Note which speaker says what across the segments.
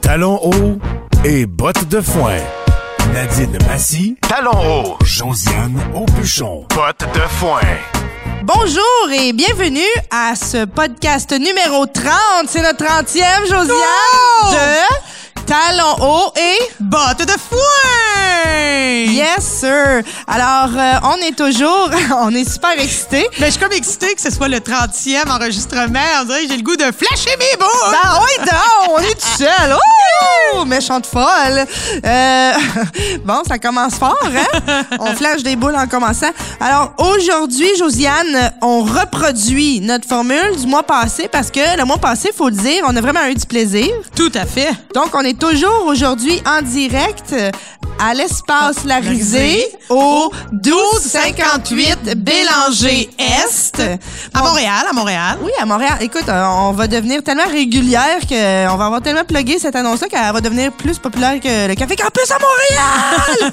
Speaker 1: Talons hauts et bottes de foin. Nadine Massy,
Speaker 2: Talons hauts,
Speaker 1: Josiane Aubuchon.
Speaker 2: bottes de foin.
Speaker 3: Bonjour et bienvenue à ce podcast numéro 30. C'est notre 30e, Josiane, de Talons hauts et Bottes de foin! Yes, sir! Alors, euh, on est toujours, on est super excités.
Speaker 4: Mais Ben, je suis comme excitée que ce soit le 30e enregistrement. On dirait que j'ai le goût de flasher mes boules.
Speaker 3: Ben oui, donc, on est tout seul. Oh, méchante folle. Euh, bon, ça commence fort, hein? On flash des boules en commençant. Alors, aujourd'hui, Josiane, on reproduit notre formule du mois passé parce que le mois passé, faut le dire, on a vraiment eu du plaisir.
Speaker 4: Tout à fait.
Speaker 3: Donc, on est toujours aujourd'hui en direct euh, à l'espace Larisée au 1258 Bélanger Est.
Speaker 4: À
Speaker 3: Bon,
Speaker 4: Montréal, à Montréal.
Speaker 3: oui, à Montréal. Écoute, euh, on va devenir tellement régulière qu'on va avoir tellement plugué cette annonce-là qu'elle va devenir plus populaire que le Café Campus à Montréal!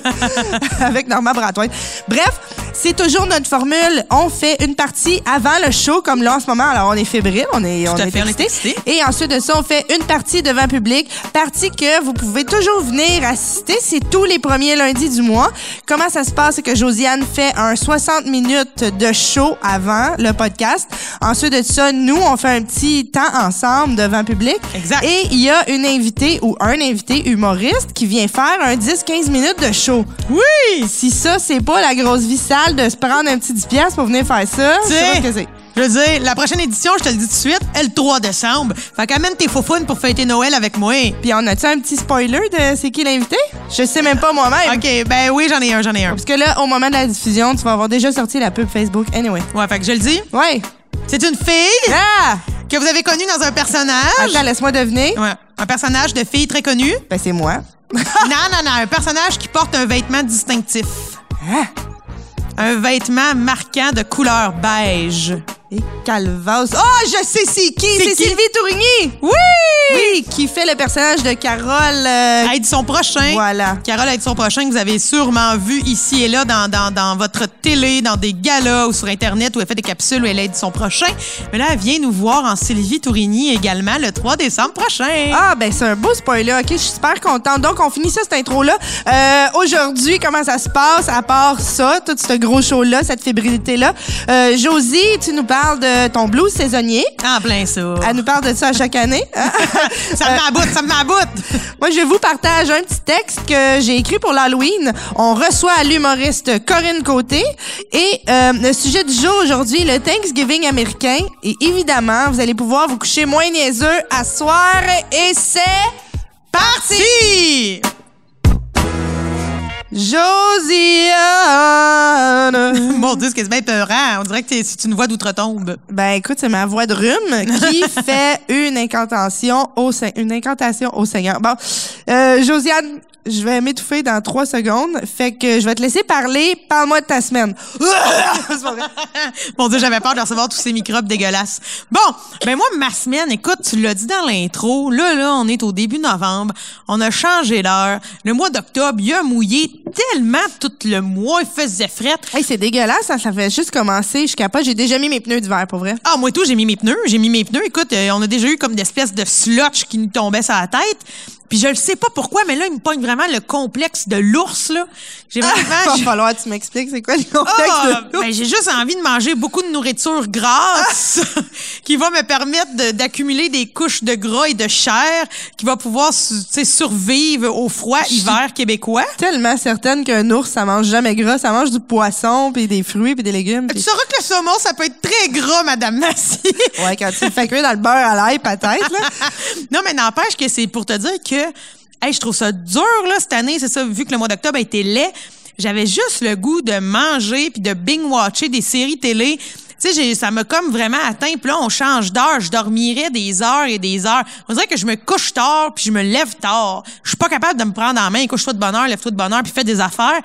Speaker 3: Avec Norma Bratoine. Bref, c'est toujours notre formule. On fait une partie avant le show, comme là en ce moment. Alors, on est fébrile, on est, on
Speaker 4: à
Speaker 3: est
Speaker 4: fait, on est
Speaker 3: excité.
Speaker 4: excité.
Speaker 3: Et ensuite de ça, on fait une partie devant public, partie que vous pouvez toujours venir assister. C'est tous les premiers lundis du mois. Comment ça se passe? C'est que Josiane fait un 60 minutes de show avant le podcast. Ensuite de ça, nous, on fait un petit temps ensemble devant public.
Speaker 4: Exact.
Speaker 3: Et il y a une invitée ou un invité humoriste qui vient faire un 10-15 minutes de show.
Speaker 4: Oui!
Speaker 3: Si ça, c'est pas la grosse vie sale de se prendre un petit 10$ pour venir faire ça, je sais pas ce que c'est.
Speaker 4: Je veux dire, la prochaine édition, je te le dis tout de suite, est le 3 décembre. Fait qu'amène tes faufounes pour fêter Noël avec moi.
Speaker 3: Puis on a-tu un petit spoiler de c'est qui l'invité? Je sais même pas moi-même.
Speaker 4: OK, ben oui, j'en ai un, j'en ai un.
Speaker 3: Parce que là, au moment de la diffusion, tu vas avoir déjà sorti la pub Facebook. Anyway.
Speaker 4: Ouais, fait que je le dis.
Speaker 3: Ouais.
Speaker 4: C'est une fille
Speaker 3: Ah!
Speaker 4: que vous avez connue dans un personnage.
Speaker 3: Attends, laisse-moi deviner.
Speaker 4: Ouais, un personnage de fille très connue.
Speaker 3: Ben, c'est moi.
Speaker 4: non, non, non, un personnage qui porte un vêtement distinctif.
Speaker 3: Ah!
Speaker 4: Un vêtement marquant de couleur beige.
Speaker 3: Et Calvas. Oh, je sais c'est qui! C'est
Speaker 4: qui?
Speaker 3: Sylvie Tourigny!
Speaker 4: Oui!
Speaker 3: Oui! Qui fait le personnage de Carole. euh,
Speaker 4: Aide son prochain.
Speaker 3: Voilà.
Speaker 4: Carole Aide son prochain, que vous avez sûrement vu ici et là dans, dans, dans votre télé, dans des galas ou sur Internet où elle fait des capsules où elle aide son prochain. Mais là, elle vient nous voir en Sylvie Tourigny également le 3 décembre prochain.
Speaker 3: Ah, ben c'est un beau spoiler. OK, je suis super contente. Donc, on finit ça, cette intro-là. Euh, Aujourd'hui, comment ça se passe à part ça, tout ce gros show-là, cette fébrilité-là? Euh, Josie, tu nous parles de ton blues saisonnier.
Speaker 4: En plein ça.
Speaker 3: Elle nous parle de ça à chaque année. hein?
Speaker 4: Ça me m'aboute, ça me m'aboute.
Speaker 3: Moi, je vous partage un petit texte que j'ai écrit pour l'Halloween. On reçoit l'humoriste Corinne Côté. Et euh, le sujet du jour aujourd'hui, le Thanksgiving américain. Et évidemment, vous allez pouvoir vous coucher moins niaiseux à soir. Et c'est parti!
Speaker 4: Si!
Speaker 3: Josiane!
Speaker 4: Mon Dieu, c'est quasiment peurant. On dirait que t'es- c'est une voix d'outre-tombe.
Speaker 3: Ben écoute, c'est ma voix de rhume qui fait une incantation au Sei- une incantation au Seigneur. Bon, euh, Josiane, je vais m'étouffer dans trois secondes, fait que je vais te laisser parler. Parle-moi de ta semaine. C'est pas vrai.
Speaker 4: Mon Dieu, j'avais peur de recevoir tous ces microbes dégueulasses. Bon, ben moi, ma semaine, écoute, tu l'as dit dans l'intro, là, là, on est au début novembre, on a changé l'heure. Le mois d'octobre, il a mouillé tellement tout le mois, il faisait fret.
Speaker 3: hey, c'est dégueulasse, hein, ça, ça fait juste commencer. Je suis capable, j'ai déjà mis mes pneus d'hiver pour vrai.
Speaker 4: Ah, moi et tout, j'ai mis mes pneus, j'ai mis mes pneus. Écoute, euh, on a déjà eu comme des espèces de slotch qui nous tombaient sur la tête. Puis je le sais pas pourquoi, mais là, il me pogne vraiment le complexe de l'ours, là. J'ai vraiment...
Speaker 3: Va
Speaker 4: j'ai-
Speaker 3: falloir que tu m'expliques c'est quoi le contexte.
Speaker 4: Ah,
Speaker 3: de-
Speaker 4: ben, j'ai juste envie de manger beaucoup de nourriture grasse qui va me permettre de- d'accumuler des couches de gras et de chair qui va pouvoir su- tu sais, survivre au froid hiver québécois.
Speaker 3: Tellement certaine qu'un ours, ça mange jamais gras, ça mange du poisson puis des fruits puis des légumes.
Speaker 4: Tu
Speaker 3: puis-
Speaker 4: sauras que le saumon, ça peut être très gras, Madame Massy.
Speaker 3: Ouais, quand tu le fais cuire dans le beurre à l'ail, peut-être là.
Speaker 4: non, mais n'empêche que c'est pour te dire que hey, je trouve ça dur là, cette année, c'est ça, vu que le mois d'octobre a été laid. J'avais juste le goût de manger puis de bing-watcher des séries télé. Tu sais, j'ai- ça m'a comme vraiment atteint. Puis là, on change d'heure. Je dormirais des heures et des heures. On dirait que je me couche tard puis je me lève tard. Je suis pas capable de me prendre en main. Couche-toi de bonne heure, lève-toi de bonne heure puis fais des affaires.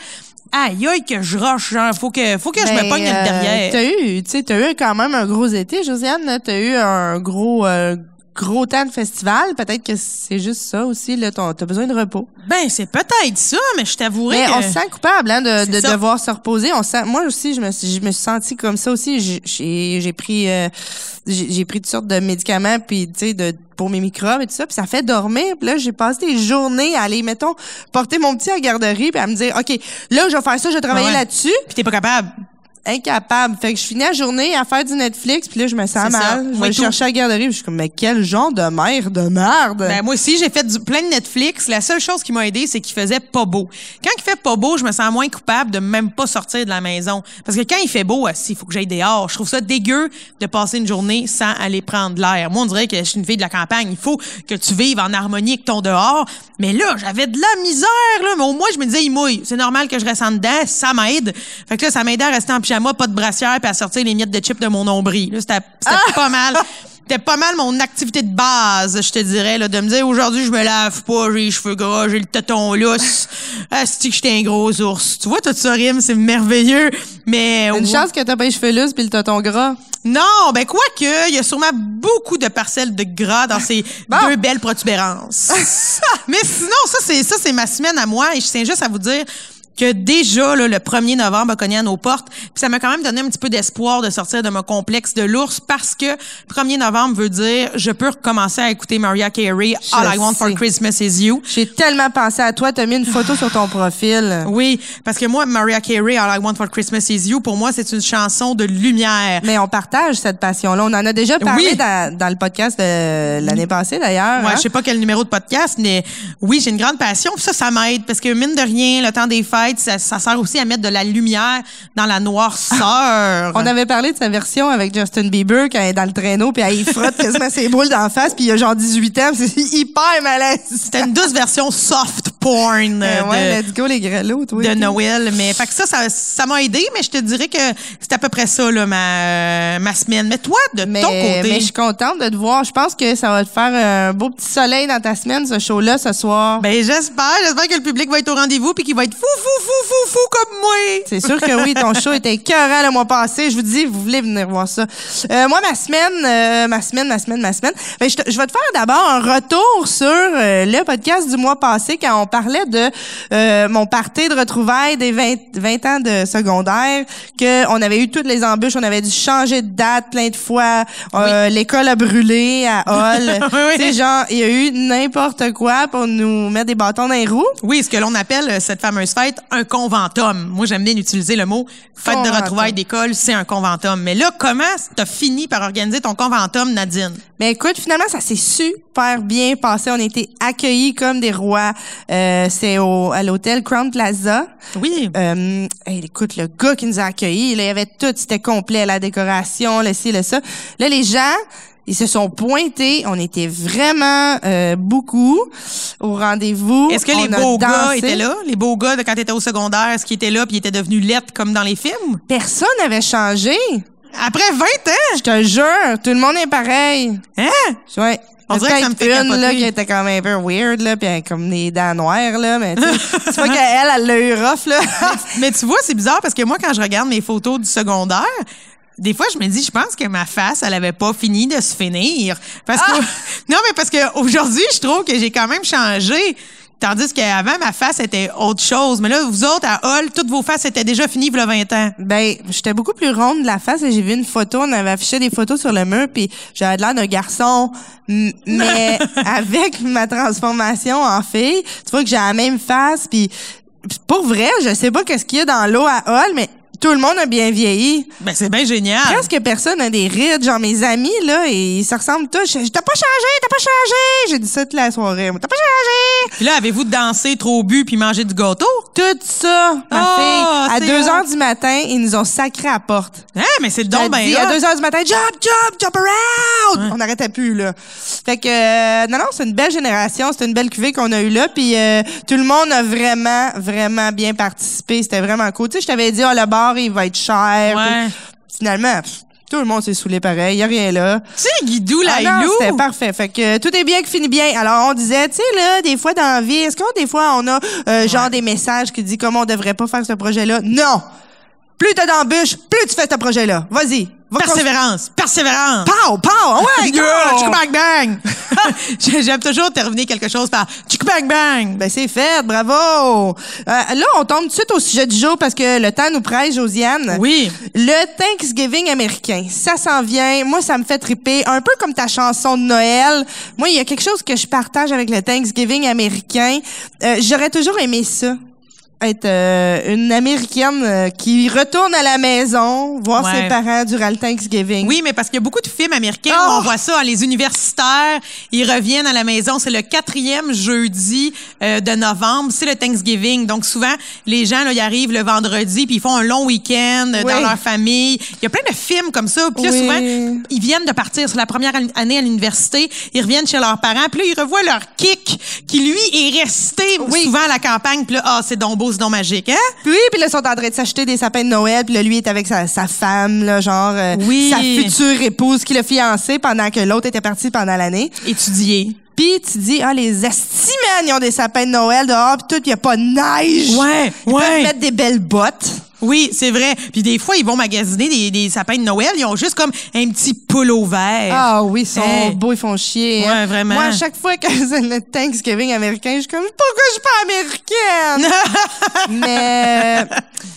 Speaker 4: Aïe, aïe, que je rush. Genre, faut que, faut que je
Speaker 3: Ben,
Speaker 4: me pogne
Speaker 3: euh,
Speaker 4: le derrière.
Speaker 3: T'as eu, tu sais, t'as eu quand même un gros été, Josiane. là. T'as eu un gros, euh, gros temps de festival. Peut-être que c'est juste ça aussi. Là, ton- t'as besoin de repos.
Speaker 4: Ben, c'est peut-être ça, mais je t'avouerai
Speaker 3: Mais
Speaker 4: que...
Speaker 3: on se sent coupable hein, de, de
Speaker 4: euh, ça.
Speaker 3: devoir se reposer. On se sent, moi aussi, je me, suis- je me suis sentie comme ça aussi. J'ai- J'ai j'ai pris, euh, j'ai j'ai pris toutes sortes de médicaments puis tu sais, de- pour mes microbes et tout ça. Puis ça fait dormir. Puis là, j'ai passé des journées à aller, mettons, porter mon petit à la garderie puis à me dire, OK, là, je vais faire ça, je vais travailler
Speaker 4: Ouais.
Speaker 3: là-dessus.
Speaker 4: Puis t'es pas capable.
Speaker 3: Incapable. Fait que je finis la journée à faire du Netflix puis là, je me sens
Speaker 4: C'est
Speaker 3: mal.
Speaker 4: ça.
Speaker 3: Je
Speaker 4: Moi
Speaker 3: vais
Speaker 4: et tout.
Speaker 3: chercher à la garderie. puis je suis comme, mais quel genre de mère de merde.
Speaker 4: Ben, moi aussi, j'ai fait du plein de Netflix. La seule chose qui m'a aidé, c'est qu'il faisait pas beau. Quand il fait pas beau, je me sens moins coupable de même pas sortir de la maison. Parce que quand il fait beau, assis, il faut que j'aille dehors. Je trouve ça dégueu de passer une journée sans aller prendre l'air. Moi, on dirait que je suis une fille de la campagne. Il faut que tu vives en harmonie avec ton dehors. Mais là, j'avais de la misère, là. Mais au moins, je me disais, il mouille. C'est normal que je reste en dedans. Ça m'aide. Fait que là, ça m'aidait à rester en pyjama, pas de brassière, puis à sortir les miettes de chips de mon nombril. Là, c'était c'était pas mal. C'était pas mal mon activité de base, je te dirais, là, de me dire aujourd'hui je me lave pas, j'ai les cheveux gras, j'ai le téton lousse. Asti que j'étais un gros ours. Tu vois, tout ça rime, c'est merveilleux. Mais
Speaker 3: une
Speaker 4: ouais.
Speaker 3: chance que t'as pas les cheveux lus puis le tonton gras.
Speaker 4: Non, ben quoi que, il y a sûrement beaucoup de parcelles de gras dans ces
Speaker 3: Bon.
Speaker 4: deux belles protubérances. Mais sinon, ça c'est ça c'est ma semaine à moi et je tiens juste à vous dire que déjà là, le 1er novembre a cogné à nos portes, puis ça m'a quand même donné un petit peu d'espoir de sortir de mon complexe de l'ours parce que 1er novembre veut dire je peux recommencer à écouter Mariah Carey
Speaker 3: Je
Speaker 4: All I Want for
Speaker 3: sais.
Speaker 4: Christmas is You.
Speaker 3: J'ai tellement pensé à toi, t'as mis une photo sur ton profil.
Speaker 4: Oui, parce que moi Mariah Carey All I Want for Christmas is You pour moi c'est une chanson de lumière.
Speaker 3: Mais on partage cette passion-là. On en a déjà parlé
Speaker 4: Oui.
Speaker 3: dans, dans le podcast de l'année passée, d'ailleurs.
Speaker 4: Ouais,
Speaker 3: hein?
Speaker 4: je sais pas quel numéro de podcast, mais oui, j'ai une grande passion. Puis ça, ça m'aide parce que mine de rien, le temps des fêtes, ça, ça sert aussi à mettre de la lumière dans la noirceur.
Speaker 3: On avait parlé de sa version avec Justin Bieber quand elle est dans le traîneau, puis elle y frotte quasiment ses boules d'en face, puis il a genre 18 ans, puis c'est hyper malaise.
Speaker 4: C'était une douce version soft porn
Speaker 3: Euh,
Speaker 4: de-
Speaker 3: ouais, let's go les grelots, toi.
Speaker 4: de,
Speaker 3: et tout.
Speaker 4: Noël. Mais fait que ça, ça, ça m'a aidé, mais je te dirais que c'est à peu près ça là, ma, euh, ma semaine. Mais toi, de
Speaker 3: Mais,
Speaker 4: ton côté,
Speaker 3: mais je suis contente de te voir. Je pense que ça va te faire un beau petit soleil dans ta semaine, ce show-là, ce soir.
Speaker 4: ben j'espère, j'espère que le public va être au rendez-vous puis qu'il va être fou, fou, fou, fou, fou comme moi.
Speaker 3: C'est sûr que oui, ton show était écœurant le mois passé. Je vous dis, vous voulez venir voir ça. Euh, moi, ma semaine, euh, ma semaine, ma semaine, ma semaine. Ben, je, te- je vais te faire d'abord un retour sur euh, le podcast du mois passé quand on parlait de euh, mon party de retrouvailles des 20, 20 ans de secondaire, que on avait eu toutes les embûches, on avait dû changer de date plein de fois. Euh, L'école a brûlé à Hall.
Speaker 4: Oui, oui.
Speaker 3: Tu sais, genre, il y a eu n'importe quoi pour nous mettre des bâtons dans les roues.
Speaker 4: Oui, ce que l'on appelle euh, cette fameuse fête un conventum. Moi, j'aime bien utiliser le mot fête de
Speaker 3: Conventum.
Speaker 4: retrouvailles d'école, c'est un conventum. Mais là, comment t'as fini par organiser ton conventum, Nadine?
Speaker 3: Mais écoute, finalement, ça s'est super bien passé. On a été accueillis comme des rois. Euh, c'est au, à l'hôtel Crown Plaza.
Speaker 4: Oui.
Speaker 3: Euh, hey, écoute, le gars qui nous a accueillis, là, il y avait tout, c'était complet, la décoration, le ci, le ça. Là, les gens, ils se sont pointés. On était vraiment euh, beaucoup au rendez-vous.
Speaker 4: Est-ce que
Speaker 3: On
Speaker 4: les
Speaker 3: a
Speaker 4: beaux gars
Speaker 3: dansé.
Speaker 4: étaient là? Les beaux gars de quand t'étais au secondaire, est-ce qu'ils étaient là puis ils étaient devenus lettres comme dans les films?
Speaker 3: Personne n'avait changé.
Speaker 4: Après 20 ans?
Speaker 3: Je te jure, tout le monde est pareil.
Speaker 4: Hein?
Speaker 3: Ouais.
Speaker 4: On dirait que ça me fait
Speaker 3: une, là,
Speaker 4: capoter.
Speaker 3: qui était comme un peu weird, là, pis elle a comme des dents noires, là, mais tu sais, c'est pas qu'elle, elle l'a eu rough, là.
Speaker 4: Mais tu vois, c'est bizarre parce que moi, quand je regarde mes photos du secondaire, des fois, je me dis, je pense que ma face, elle avait pas fini de se finir. Parce que,
Speaker 3: Ah!
Speaker 4: non, mais parce que aujourd'hui, je trouve que j'ai quand même changé. Tandis qu'avant, ma face était autre chose. Mais là, vous autres, à Hall, toutes vos faces étaient déjà finies, il y a 20 ans.
Speaker 3: ben, j'étais beaucoup plus ronde de la face et j'ai vu une photo, on avait affiché des photos sur le mur puis j'avais l'air d'un garçon, M- mais avec ma transformation en fille, tu vois que j'ai la même face puis puis pour vrai, je sais pas qu'est-ce qu'il y a dans l'eau à Hall, mais tout le monde a bien vieilli.
Speaker 4: Ben, c'est bien génial.
Speaker 3: presque personne a des rides. Genre, mes amis, là, et ils se ressemblent tous. Je- T'as pas changé, t'as pas changé. J'ai dit ça toute la soirée. moi. T'as pas changé.
Speaker 4: Puis là, avez-vous dansé trop bu puis mangé du gâteau?
Speaker 3: Tout ça, ma
Speaker 4: Oh,
Speaker 3: fille. À
Speaker 4: c'est
Speaker 3: 2
Speaker 4: hot.
Speaker 3: heures du matin, ils nous ont sacré à la porte.
Speaker 4: Hein, mais c'est le
Speaker 3: T'as
Speaker 4: don, ben,
Speaker 3: dit, à
Speaker 4: hot.
Speaker 3: 2 heures du matin, jump, jump, jump around! On n'arrêtait plus, là. Fait que, euh, non, non, c'est une belle génération, c'est une belle cuvée qu'on a eue là, puis euh, tout le monde a vraiment, vraiment bien participé. C'était vraiment cool. Tu sais, je t'avais dit, oh, le bar, il va être cher.
Speaker 4: Ouais.
Speaker 3: Puis, finalement, pff, tout le monde s'est saoulé pareil, y a rien là.
Speaker 4: Tu sais, Guidou, la
Speaker 3: Ah non,
Speaker 4: Ilou.
Speaker 3: c'était parfait. Fait que euh, tout est bien qui finit bien. Alors on disait, tu sais là, des fois dans la vie, est-ce qu'on des fois on a euh, genre des messages qui disent comment on devrait pas faire ce projet-là Non. Plus t'as d'embûches, plus tu fais ce projet-là. Vas-y. Va
Speaker 4: Persévérance, persévérance.
Speaker 3: Pow, pow! Ouais,
Speaker 4: Girl,
Speaker 3: girl!
Speaker 4: tchou bang bang. J'ai- J'aime toujours terminer quelque chose par tchou bang bang.
Speaker 3: Ben c'est fait, bravo! Euh, là, on tombe tout de suite au sujet du jour parce que le temps nous presse, Josiane.
Speaker 4: Oui.
Speaker 3: Le Thanksgiving américain, ça s'en vient. Moi, ça me fait triper. Un peu comme ta chanson de Noël. Moi, il y a quelque chose que je partage avec le Thanksgiving américain. Euh, J'aurais toujours aimé ça. Être euh, une Américaine euh, qui retourne à la maison, voir
Speaker 4: Ouais.
Speaker 3: ses parents durant le Thanksgiving.
Speaker 4: Oui, mais parce qu'il y a beaucoup de films américains où
Speaker 3: Oh!
Speaker 4: on voit ça, hein, les universitaires, ils reviennent à la maison. C'est le quatrième jeudi euh, de novembre, c'est le Thanksgiving. Donc souvent, les gens, là, ils arrivent le vendredi, puis ils font un long week-end euh, dans
Speaker 3: Oui.
Speaker 4: leur famille. Il y a plein de films comme ça. Puis là,
Speaker 3: Oui.
Speaker 4: souvent, ils viennent de partir sur la première an- année à l'université, ils reviennent chez leurs parents, puis là, ils revoient leur kick, qui lui est resté
Speaker 3: Oui.
Speaker 4: souvent à la campagne. Puis là, ah, c'est donc beau, c'est donc magique, hein?
Speaker 3: Puis, puis là, ils sont en train de s'acheter des sapins de Noël. Puis là, lui est avec sa, sa femme, là, genre euh,
Speaker 4: Oui.
Speaker 3: sa future épouse qui l'a fiancée pendant que l'autre était partie pendant l'année.
Speaker 4: Étudier.
Speaker 3: Puis tu dis, ah, les estimènes, ils ont des sapins de Noël dehors, puis tout, il n'y a pas de neige.
Speaker 4: Ouais,
Speaker 3: ils
Speaker 4: ouais.
Speaker 3: peuvent mettre des belles bottes.
Speaker 4: Oui, c'est vrai. Puis des fois, ils vont magasiner des, des sapins de Noël. Ils ont juste comme un petit pull vert.
Speaker 3: Ah oui, ils sont
Speaker 4: Hey.
Speaker 3: beaux, ils font chier.
Speaker 4: Ouais,
Speaker 3: hein.
Speaker 4: vraiment.
Speaker 3: Moi, à chaque fois que c'est le Thanksgiving américain, je suis comme, pourquoi je suis pas américaine? Mais euh,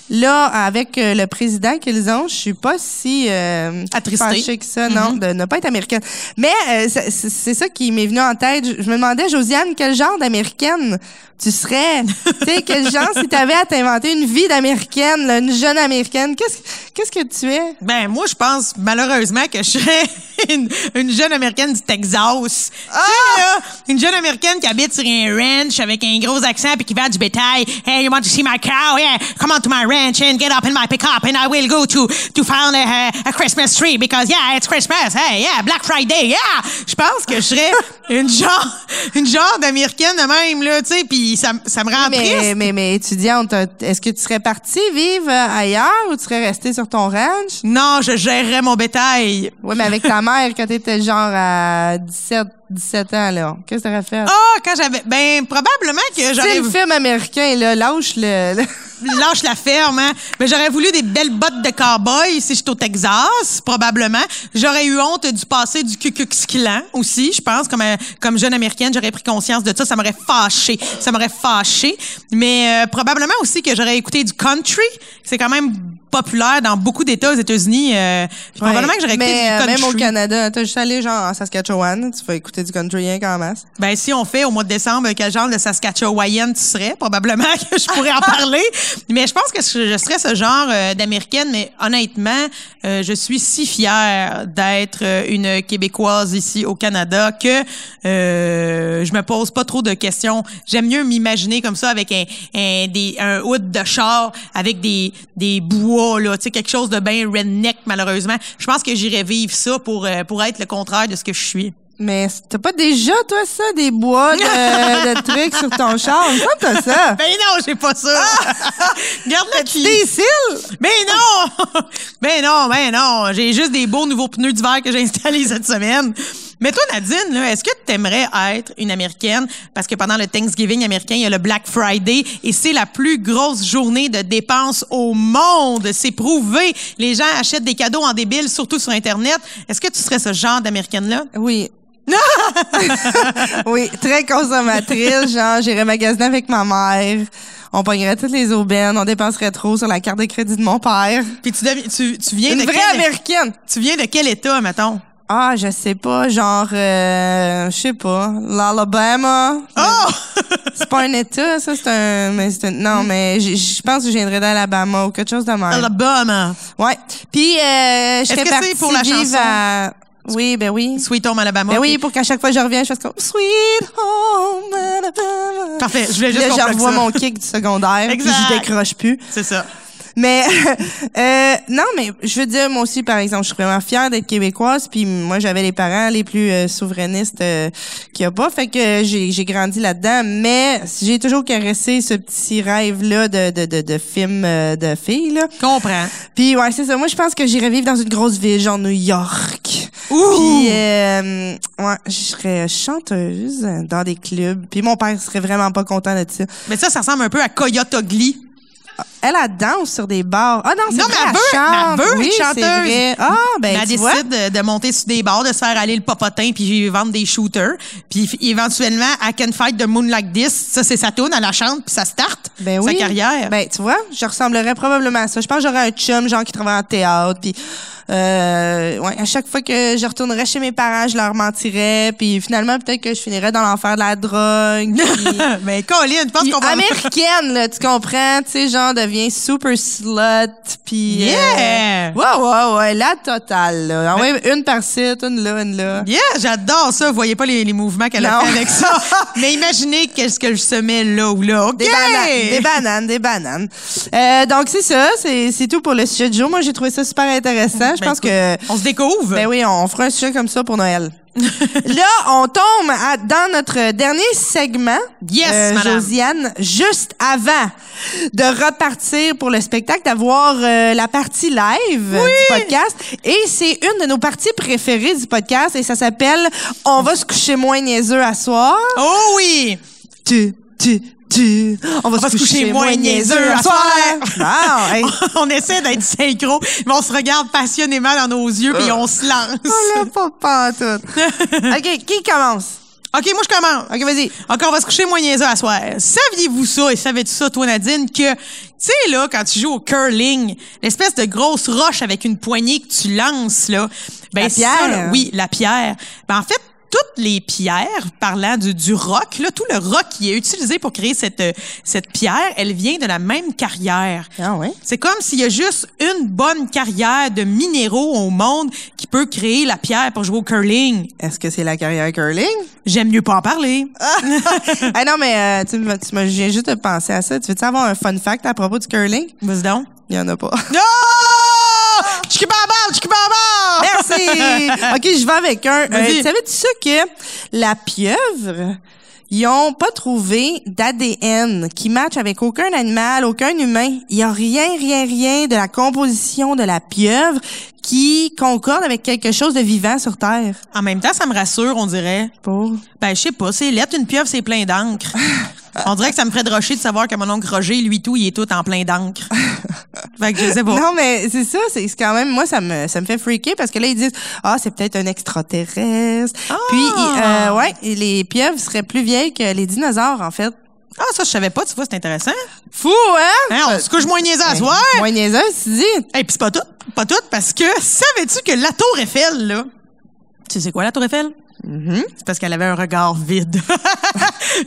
Speaker 3: là, avec euh, le président qu'ils ont, je suis pas si euh,
Speaker 4: Attristée. Mm-hmm.
Speaker 3: fâchée que ça, non, de ne pas être américaine. Mais euh, c'est- c'est c'est ça qui m'est venu en tête. Je je me demandais, Josiane, quel genre d'américaine tu serais? tu sais, quel genre, si tu avais à t'inventer une vie d'américaine, là, une jeune américaine, qu'est-ce qu'est-ce que tu es?
Speaker 4: Ben, moi, je pense malheureusement que je serais une, une jeune américaine du Texas. Ah! une jeune américaine qui habite sur un ranch avec un gros accent puis qui vend du bétail. Hey, you want to see my cow? Yeah, come on to my ranch and get up in my pickup and I will go to, to found a, a Christmas tree because, yeah, it's Christmas. Hey, yeah, Black Friday, yeah! Je pense que je serais une genre, une genre d'américaine de même, là, tu sais, puis ça, m- ça me rend triste.
Speaker 3: Mais, mais, mais étudiante, est-ce que tu serais partie vivre euh, ailleurs ou tu serais restée sur ton ranch?
Speaker 4: Non, je gérerais mon bétail.
Speaker 3: Oui, mais avec ta mère quand t'étais genre à 17, 17 ans, là. Qu'est-ce que t'aurais fait?
Speaker 4: Ah, quand j'avais... Ben, probablement que
Speaker 3: c'est
Speaker 4: j'aurais...
Speaker 3: le film américain, là. Lâche-le. là.
Speaker 4: lâche la ferme, hein. Mais j'aurais voulu des belles bottes de cow-boy si j'étais au Texas, probablement. J'aurais eu honte du passé du Ku Klux Klan aussi, je pense. Comme, euh, comme jeune américaine, j'aurais pris conscience de ça. Ça m'aurait fâché. Ça m'aurait fâché. Mais euh, probablement aussi que j'aurais écouté du country. C'est quand même populaire dans beaucoup d'États aux États-Unis. euh, puis Probablement
Speaker 3: Ouais.
Speaker 4: que j'aurais écouté
Speaker 3: mais,
Speaker 4: du
Speaker 3: euh,
Speaker 4: country.
Speaker 3: Même au Canada, t'as juste allé genre en Saskatchewan, tu vas écouter du country rien qu'en masse.
Speaker 4: Ben, si on fait au mois de décembre quel genre de Saskatchewanienne tu serais, probablement que je pourrais en parler. Mais je pense que je je serais ce genre euh, d'Américaine. Mais honnêtement, euh, je suis si fière d'être euh, une Québécoise ici au Canada que euh, je me pose pas trop de questions. J'aime mieux m'imaginer comme ça avec un, un, des, un hood de char, avec des, des bois, là, tu sais, quelque chose de bien redneck, malheureusement. Je pense que j'irais vivre ça pour, euh, pour être le contraire de ce que je suis.
Speaker 3: Mais t'as pas déjà, toi, ça, des bois de, de trucs sur ton char? Il me semble que t'as ça.
Speaker 4: Ben non, j'ai pas ça. Garde la qui.
Speaker 3: Des cils?
Speaker 4: Ben non! ben non, ben non. J'ai juste des beaux nouveaux pneus d'hiver que j'ai installés cette semaine. Mais toi, Nadine, là, est-ce que tu aimerais être une Américaine? Parce que pendant le Thanksgiving américain, il y a le Black Friday et c'est la plus grosse journée de dépenses au monde. C'est prouvé. Les gens achètent des cadeaux en débile, surtout sur Internet. Est-ce que tu serais ce genre d'Américaine-là?
Speaker 3: Oui. oui, très consommatrice. Genre, j'irais magasiner avec ma mère. On pognerait toutes les aubaines. On dépenserait trop sur la carte de crédit de mon père.
Speaker 4: Puis tu, deviens- tu, tu viens
Speaker 3: Une
Speaker 4: de
Speaker 3: vraie
Speaker 4: quel,
Speaker 3: américaine.
Speaker 4: Tu viens de quel état, mettons?
Speaker 3: Ah, je sais pas. Genre, euh, je sais pas. L'Alabama.
Speaker 4: Oh!
Speaker 3: C'est pas un État, ça. C'est un, mais c'est un- Non,
Speaker 4: Hmm.
Speaker 3: mais j- je pense que je viendrais d'Alabama ou quelque chose de même.
Speaker 4: Alabama.
Speaker 3: Ouais. Puis, euh, je serais
Speaker 4: que c'est
Speaker 3: partie
Speaker 4: pour la
Speaker 3: vivre
Speaker 4: chanson?
Speaker 3: à- Oui, ben oui.
Speaker 4: Sweet Home Alabama.
Speaker 3: Ben oui,
Speaker 4: Ok.
Speaker 3: pour qu'à chaque fois que je reviens, je fasse comme Sweet Home Alabama.
Speaker 4: Parfait, je voulais
Speaker 3: Puis
Speaker 4: juste
Speaker 3: là,
Speaker 4: qu'on
Speaker 3: je
Speaker 4: plaque
Speaker 3: revois
Speaker 4: ça.
Speaker 3: mon kick du secondaire, puis
Speaker 4: Exact.
Speaker 3: je décroche plus.
Speaker 4: C'est ça.
Speaker 3: Mais euh, non, mais je veux dire, moi aussi, par exemple, je suis vraiment fière d'être québécoise, puis moi, j'avais les parents les plus euh, souverainistes euh, qu'il y a pas, fait que j'ai j'ai grandi là-dedans, mais j'ai toujours caressé ce petit rêve-là de, de, de, de film euh, de fille, là.
Speaker 4: Comprends.
Speaker 3: Puis ouais, c'est ça. Moi, je pense que j'irais vivre dans une grosse ville, genre New York.
Speaker 4: Ouh!
Speaker 3: Puis euh, ouais, je serais chanteuse dans des clubs. Puis mon père serait vraiment pas content de ça.
Speaker 4: Mais ça, ça ressemble un peu à Coyote Ugly.
Speaker 3: elle, elle danse sur des bars. Ah non, c'est
Speaker 4: Non,
Speaker 3: vrai,
Speaker 4: mais elle
Speaker 3: elle
Speaker 4: veut-
Speaker 3: chante.
Speaker 4: mais elle veut
Speaker 3: oui,
Speaker 4: être
Speaker 3: c'est
Speaker 4: chanteuse.
Speaker 3: vrai. Ah, ben,
Speaker 4: Mais elle
Speaker 3: tu vois.
Speaker 4: décide de, de monter sur des bars, de se faire aller le popotin, puis vendre des shooters. Puis f- éventuellement, I Can Fight the Moon Like This, ça, c'est sa tune, elle la chante, puis ça starte
Speaker 3: Ben
Speaker 4: sa
Speaker 3: oui.
Speaker 4: carrière.
Speaker 3: Ben, tu vois, je ressemblerais probablement à ça. Je pense que j'aurais un chum, genre, qui travaille en théâtre. Puis, euh, ouais, à chaque fois que je retournerais chez mes parents, je leur mentirais. Puis, finalement, peut-être que je finirais dans l'enfer de la drogue. puis-
Speaker 4: Mais Ben, Colin, je pense
Speaker 3: Ben Puis
Speaker 4: qu'on va...
Speaker 3: américaine, là, tu comprends? Tu sais, genre, devient super slut, puis...
Speaker 4: Yeah!
Speaker 3: euh, ouais, ouais, ouais, la totale, là. Envoie une par site, une là, une là.
Speaker 4: Yeah, j'adore ça. Vous voyez pas les, les mouvements qu'elle a
Speaker 3: Non.
Speaker 4: fait avec ça. Mais imaginez qu'est-ce que je semais là ou là. OK! Ben,
Speaker 3: Des bananes, des bananes, des bananes. Euh, donc, c'est ça, c'est c'est tout pour le sujet du jour. Moi, j'ai trouvé ça super intéressant. Je
Speaker 4: Ben,
Speaker 3: pense
Speaker 4: écoute,
Speaker 3: que...
Speaker 4: On se découvre.
Speaker 3: Ben oui, on fera un sujet comme ça pour Noël. Là, on tombe à- dans notre dernier segment. euh,
Speaker 4: Yes, madame.
Speaker 3: Josiane, juste avant de repartir pour le spectacle, d'avoir euh, la partie live euh, du podcast. Et c'est une de nos parties préférées du podcast et ça s'appelle On va se coucher moins niaiseux à soir.
Speaker 4: Oh oui!
Speaker 3: Tu, tu, tu. On va,
Speaker 4: se coucher moins niaiseux à
Speaker 3: Wow, hey.
Speaker 4: on essaie d'être synchro, mais on se regarde passionnément dans nos yeux puis on se lance.
Speaker 3: Oh là, pas pantoute. OK, qui commence?
Speaker 4: OK, moi, je commence.
Speaker 3: OK, vas-y.
Speaker 4: Encore, on va se coucher moins niaiseux à soir. Saviez-vous ça, et savais-tu ça, toi, Nadine, que, tu sais, là, quand tu joues au curling, l'espèce de grosse roche avec une poignée que tu lances, là, ben,
Speaker 3: La
Speaker 4: ça, là,
Speaker 3: pierre.
Speaker 4: oui, la pierre. Ben, en fait, toutes les pierres, parlant du, du roc, là, tout le roc qui est utilisé pour créer cette, euh, cette pierre, elle vient de la même carrière.
Speaker 3: Ah ouais?
Speaker 4: C'est comme s'il y a juste une bonne carrière de minéraux au monde qui peut créer la pierre pour jouer au curling.
Speaker 3: Est-ce que c'est la carrière curling?
Speaker 4: J'aime mieux pas en parler.
Speaker 3: ah non, mais euh, tu, me- tu me- je viens juste de penser à ça. Tu veux-tu avoir un fun fact à propos du curling?
Speaker 4: Vas-y donc. Ah!
Speaker 3: Il y en a pas.
Speaker 4: Non! Chicky Baba, Chicky Baba!
Speaker 3: Merci! OK, je vais avec un. Euh,
Speaker 4: Vas-y.
Speaker 3: tu savais-tu ça que la pieuvre, ils ont pas trouvé d'ADN qui matche avec aucun animal, aucun humain. Il y a rien, rien, rien de la composition de la pieuvre qui concorde avec quelque chose de vivant sur Terre.
Speaker 4: En même temps, ça me rassure, on dirait.
Speaker 3: Pour...
Speaker 4: Ben, je sais pas, c'est lettre, une pieuvre, c'est plein d'encre. On dirait que ça me ferait de rocher de savoir que mon oncle Roger, lui tout, il est tout en plein d'encre. fait que je sais pas.
Speaker 3: Non, mais c'est ça, c'est c'est quand même, moi, ça me, ça me fait freaker parce que là, ils disent, ah, c'est peut-être un extraterrestre.
Speaker 4: Ah!
Speaker 3: Puis, il- euh, ouais, et les pieuvres seraient plus vieilles que les dinosaures, en fait.
Speaker 4: Ah, ça, je savais pas, tu vois, c'est intéressant.
Speaker 3: Fou, hein?
Speaker 4: Hein, on se couche moins niaiseux à soir.
Speaker 3: Moins niaiseuse, tu dis.
Speaker 4: Et puis c'est pas tout, pas tout, parce que savais-tu que la Tour Eiffel, là, tu sais quoi la Tour Eiffel? C'est parce qu'elle avait un regard vide.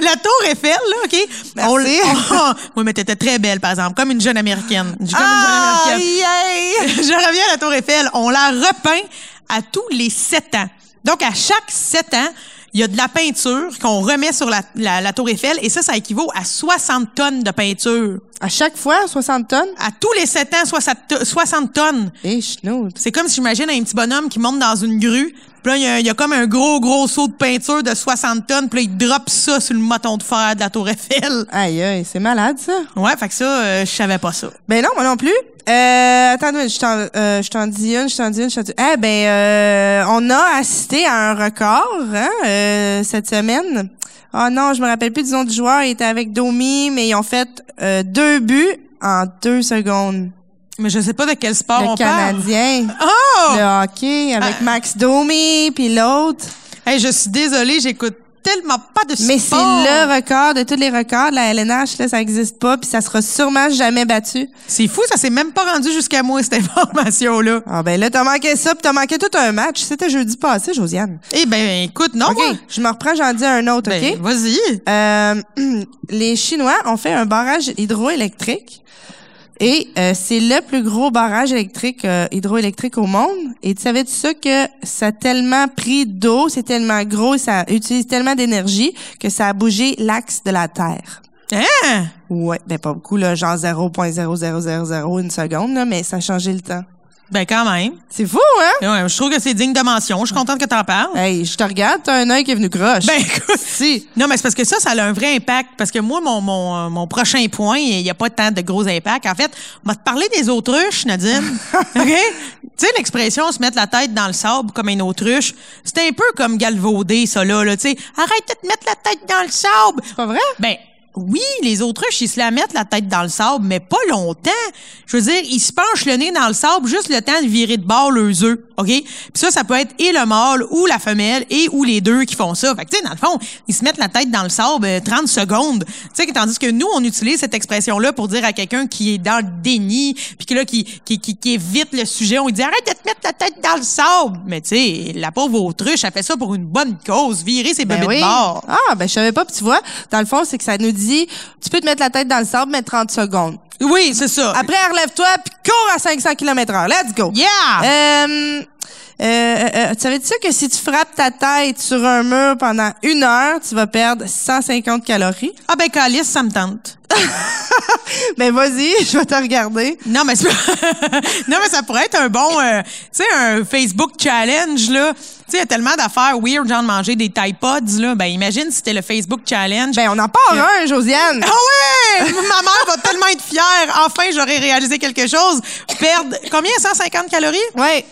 Speaker 4: la Tour Eiffel, là, OK?
Speaker 3: Merci.
Speaker 4: on- Ah, oui, mais t'étais très belle, par exemple, comme une jeune américaine. Comme une jeune américaine.
Speaker 3: yeah!
Speaker 4: Je reviens à la Tour Eiffel. On la repeint à tous les sept ans. Donc, à chaque sept ans, il y a de la peinture qu'on remet sur la, la- la Tour Eiffel et ça, ça équivaut à 60 tonnes de peinture.
Speaker 3: À chaque fois, 60 tonnes? Ah,
Speaker 4: À tous les sept ans, 60 60 tonnes.
Speaker 3: Et chenoute.
Speaker 4: C'est comme si j'imagine un petit bonhomme qui monte dans une grue. Puis là, il y a- il y, a comme un gros, gros seau de peinture de 60 tonnes. Puis là, il drop ça sur le moton de fer de la Tour Eiffel.
Speaker 3: Aïe, aïe, c'est malade, ça.
Speaker 4: Ouais, fait que ça, euh, je savais pas ça.
Speaker 3: Ben non, moi non plus. Euh, attends, une minute, je t'en, euh, je t'en dis une, je t'en dis une, je t'en dis Eh ben, euh, on a assisté à un record hein, euh, cette semaine. Oh non, je me rappelle plus du nom du joueur. Il était avec Domi, mais ils ont fait euh, deux buts en deux secondes.
Speaker 4: Mais je sais pas de quel sport
Speaker 3: Le
Speaker 4: on
Speaker 3: Canadien,
Speaker 4: parle. Oh! Ah!
Speaker 3: le hockey, avec Max Domi, puis l'autre.
Speaker 4: Hey, je suis désolée, j'écoute tellement pas de
Speaker 3: Mais c'est
Speaker 4: sport.
Speaker 3: le record de tous les records de la LNH. Là, ça existe pas, puis ça sera sûrement jamais battu.
Speaker 4: C'est fou, ça s'est même pas rendu jusqu'à moi, cette information-là.
Speaker 3: Ah ben là, t'as manqué ça, puis t'as manqué tout un match. C'était jeudi passé, Josiane.
Speaker 4: Eh ben, écoute, non,
Speaker 3: OK,
Speaker 4: moi.
Speaker 3: je me reprends, j'en dis un autre,
Speaker 4: Ben,
Speaker 3: OK?
Speaker 4: vas-y.
Speaker 3: Euh, les Chinois ont fait un barrage hydroélectrique et euh, c'est le plus gros barrage électrique euh, hydroélectrique au monde. Et tu savais-tu ça que ça a tellement pris d'eau, c'est tellement gros, ça utilise tellement d'énergie que ça a bougé l'axe de la Terre.
Speaker 4: Hein?
Speaker 3: Ouais, ben pas beaucoup, là, genre 0.0000 une seconde, là, mais ça a changé le temps.
Speaker 4: Ben, quand même.
Speaker 3: C'est fou, hein?
Speaker 4: Ouais, je trouve que c'est digne de mention. Je suis contente que t'en parles.
Speaker 3: Hey, je te regarde, t'as un œil qui est venu croche.
Speaker 4: Ben, écoute.
Speaker 3: si.
Speaker 4: Non, mais c'est parce que ça, ça a un vrai impact. Parce que moi, mon, mon, euh, mon prochain point, il n'y a pas tant de gros impacts. En fait, on va te parler des autruches, Nadine. OK? Tu sais, l'expression se mettre la tête dans le sable comme une autruche, c'est un peu comme galvaudé, ça, là. là tu sais, arrête de te mettre la tête dans le sable.
Speaker 3: Pas vrai?
Speaker 4: Ben, oui, les autruches, ils se la mettent la tête dans le sable, mais pas longtemps. Je veux dire, ils se penchent le nez dans le sable juste le temps de virer de bord leurs œufs, OK? Puis ça, ça peut être et le mâle ou la femelle et ou les deux qui font ça. Fait que, tu sais, dans le fond, ils se mettent la tête dans le sable euh, 30 secondes. Tu sais, que tandis que nous, on utilise cette expression-là pour dire à quelqu'un qui est dans le déni, puis que là, qui, qui, qui, qui évite le sujet, on lui dit « Arrête de te mettre la tête dans le sable! » Mais tu sais, la pauvre autruche, elle fait ça pour une bonne cause, virer ses
Speaker 3: Ben
Speaker 4: bébés
Speaker 3: oui.
Speaker 4: de bord.
Speaker 3: Ah, ben je savais pas. Puis tu vois, dans le fond, c'est que ça nous dit, tu peux te mettre la tête dans le sable, mais 30 secondes.
Speaker 4: Oui, c'est ça.
Speaker 3: Après, relève-toi, puis cours à 500 km heure. Let's go.
Speaker 4: Yeah!
Speaker 3: Euh, euh, euh, euh, tu savais-tu que si tu frappes ta tête sur un mur pendant une heure, tu vas perdre 150 calories?
Speaker 4: Ah ben, Calice, ça me tente.
Speaker 3: Ben vas-y, je vais te regarder.
Speaker 4: Non, mais c'est pas- non, mais ça pourrait être un bon, euh, tu sais, un Facebook challenge, là. Tu sais, il y a tellement d'affaires weird, genre de manger des Tide Pods, là. Ben, imagine si c'était le Facebook challenge.
Speaker 3: Ben on en part un, Josiane.
Speaker 4: ah ouais! Ma mère va tellement être fière. Enfin, j'aurais réalisé quelque chose. Perdre, combien? 150 calories?
Speaker 3: Ouais.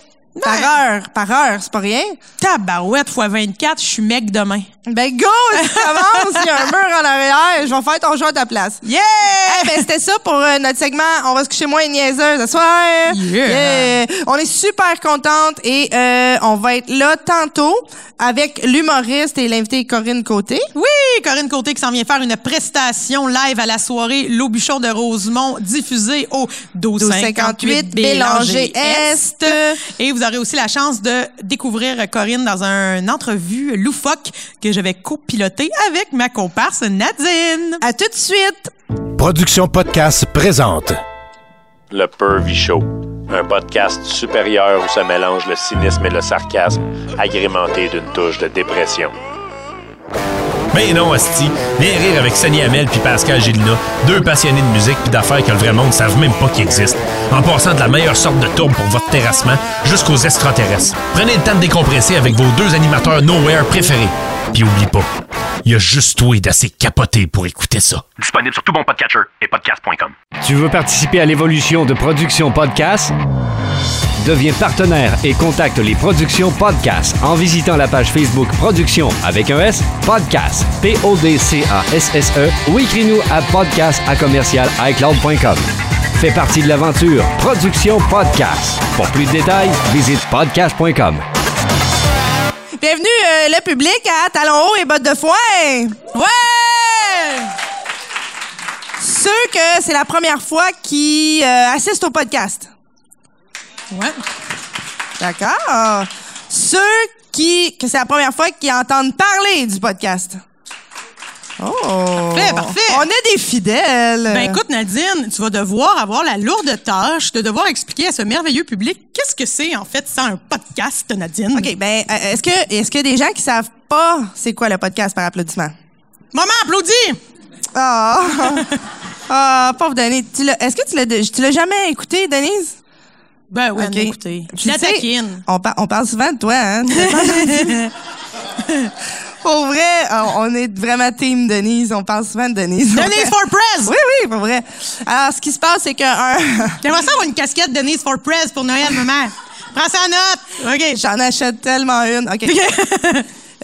Speaker 3: Par heure, par heure, c'est pas rien.
Speaker 4: Tabarouette fois 24, je suis mec demain.
Speaker 3: Ben go, si tu commences, il y a un mur en arrière, je vais faire ton jeu à ta place.
Speaker 4: Yeah!
Speaker 3: Hey, ben, c'était ça pour euh, notre segment. On va se coucher moins niaiseuse ce soir.
Speaker 4: Yeah.
Speaker 3: Yeah. On est super contente et euh, on va être là tantôt avec l'humoriste et l'invité Corinne Côté.
Speaker 4: Oui, Corinne Côté qui s'en vient faire une prestation live à la soirée L'Aubuchon de Rosemont, diffusée au 1258 Bélanger Est. Et vous aurez aussi la chance de découvrir Corinne dans une entrevue loufoque que je vais copiloter avec ma comparse Nadine.
Speaker 3: À tout de suite.
Speaker 1: Production Podcast présente.
Speaker 2: Le Pervy Show, un podcast supérieur où se mélange le cynisme et le sarcasme, agrémenté d'une touche de dépression.
Speaker 5: Mais Ben non, Asti, viens rire avec Sonny Hamel puis Pascal Gélina, deux passionnés de musique puis d'affaires que le vrai monde ne savent même pas qu'ils existent, en passant de la meilleure sorte de tourbe pour votre terrassement jusqu'aux extraterrestres. Prenez le temps de décompresser avec vos deux animateurs Nowhere préférés. Puis oublie pas, il y a juste toi d'assez capoté pour écouter ça.
Speaker 6: Disponible sur tout bon podcatcher et podcast.com.
Speaker 7: Tu veux participer à l'évolution de Production Podcast? Deviens partenaire et contacte les Productions Podcast en visitant la page Facebook Production avec un S Podcast P-O-D-C-A-S-S-E E, ou écris-nous à podcast à commercial iCloud.com. Fais partie de l'aventure Production Podcast. Pour plus de détails, visite podcast.com.
Speaker 3: Bienvenue euh, le public à Talons hauts et bottes de foin. Ouais! Ceux que c'est la première fois qui euh, assistent au podcast.
Speaker 4: Ouais.
Speaker 3: D'accord. Ceux qui que c'est la première fois qu'ils entendent parler du podcast. Oh.
Speaker 4: Parfait, parfait.
Speaker 3: On est des fidèles.
Speaker 4: Ben écoute Nadine, tu vas devoir avoir la lourde tâche de devoir expliquer à ce merveilleux public qu'est-ce que c'est en fait sans un podcast, Nadine.
Speaker 3: OK, ben euh, est-ce que est-ce que des gens qui savent pas c'est quoi le podcast par applaudissement
Speaker 4: Maman applaudit.
Speaker 3: Ah. Ah, pauvre Denise, tu l'as- est-ce que tu l'as de- tu l'as jamais écouté Denise
Speaker 4: Ben oui,
Speaker 3: OK.
Speaker 4: écoutez.
Speaker 3: Puis
Speaker 4: Je la
Speaker 3: tu sais,
Speaker 4: taquine.
Speaker 3: On, par- on parle souvent de toi, hein? T'es pas gentille. Pour vrai, on- on est vraiment team Denise. On parle souvent de Denise.
Speaker 4: Denise for Prez!
Speaker 3: Oui, oui, pour vrai. Alors, ce qui se passe, c'est que un,
Speaker 4: J'aimerais ça avoir une casquette Denise for Prez pour Noël, maman. Prends ça en note. OK.
Speaker 3: j'en achète tellement une. OK.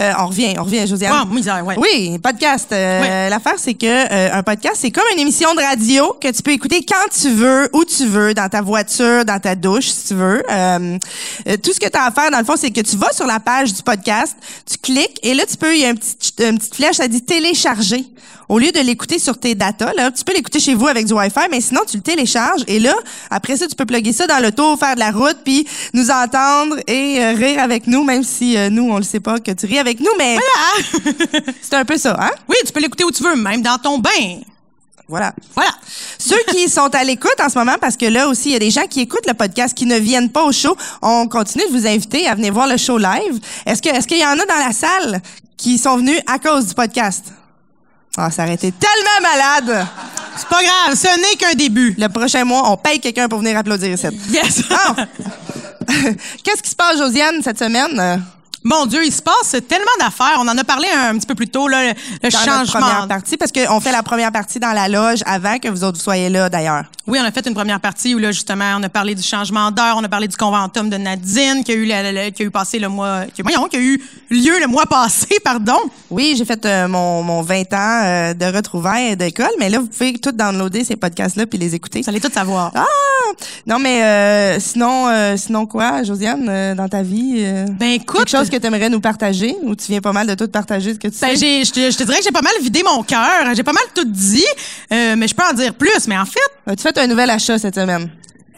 Speaker 3: Euh, on revient, on revient, Josiane.
Speaker 4: Oh, misère, ouais.
Speaker 3: Oui, podcast. Euh,
Speaker 4: Ouais.
Speaker 3: L'affaire, c'est que euh, un podcast, c'est comme une émission de radio que tu peux écouter quand tu veux, où tu veux, dans ta voiture, dans ta douche, si tu veux. Euh, euh, tout ce que tu as à faire, dans le fond, c'est que tu vas sur la page du podcast, tu cliques et là, tu peux, il y a un petit- une petite flèche, ça dit télécharger. Au lieu de l'écouter sur tes datas, là, tu peux l'écouter chez vous avec du Wi-Fi, mais sinon, tu le télécharges et là, après ça, tu peux plugger ça dans l'auto, faire de la route, puis nous entendre et euh, rire avec nous, même si euh, nous, on le sait pas que tu ris avec nous, mais... C'est un peu ça, hein?
Speaker 4: Oui, tu peux l'écouter où tu veux, même dans ton bain.
Speaker 3: Voilà.
Speaker 4: Voilà.
Speaker 3: Ceux qui sont à l'écoute en ce moment, parce que là aussi, il y a des gens qui écoutent le podcast qui ne viennent pas au show, on continue de vous inviter à venir voir le show live. Est-ce que est-ce qu'il y en a dans la salle qui sont venus à cause du podcast? Ah, ça aurait été tellement malade!
Speaker 4: C'est pas grave, ce n'est qu'un début.
Speaker 3: Le prochain mois, on paye quelqu'un pour venir applaudir ici.
Speaker 4: Yes.
Speaker 3: Ah! Qu'est-ce qui se passe, Josiane, cette semaine?
Speaker 4: Mon Dieu, il se passe tellement d'affaires. On en a parlé un, petit peu plus tôt, là, le, le
Speaker 3: dans notre
Speaker 4: changement.
Speaker 3: première partie, parce qu'on fait la première partie dans la loge avant que vous autres vous soyez là, d'ailleurs.
Speaker 4: Oui, on a fait une première partie où là justement on a parlé du changement d'heure, on a parlé du conventum de Nadine qui a eu la- la- la- qui a eu passé le mois qui, voyons, qui a eu lieu le mois passé, pardon.
Speaker 3: Oui, j'ai fait euh, mon, mon 20 ans euh, de retrouvailles d'école, mais là, vous pouvez tout downloader ces podcasts-là puis les écouter.
Speaker 4: Vous allez tout savoir.
Speaker 3: Ah! Non, mais euh, sinon, euh, sinon quoi, Josiane, euh, dans ta vie? euh,
Speaker 4: Ben, écoute-
Speaker 3: Quelque chose que tu aimerais nous partager ou tu viens pas mal de tout partager ce que tu sais?
Speaker 4: Ben, j'ai- je, te, je te dirais que j'ai pas mal vidé mon cœur, j'ai pas mal tout dit, euh, mais je peux en dire plus. Mais en fait,
Speaker 3: As-tu fait un nouvel achat cette semaine?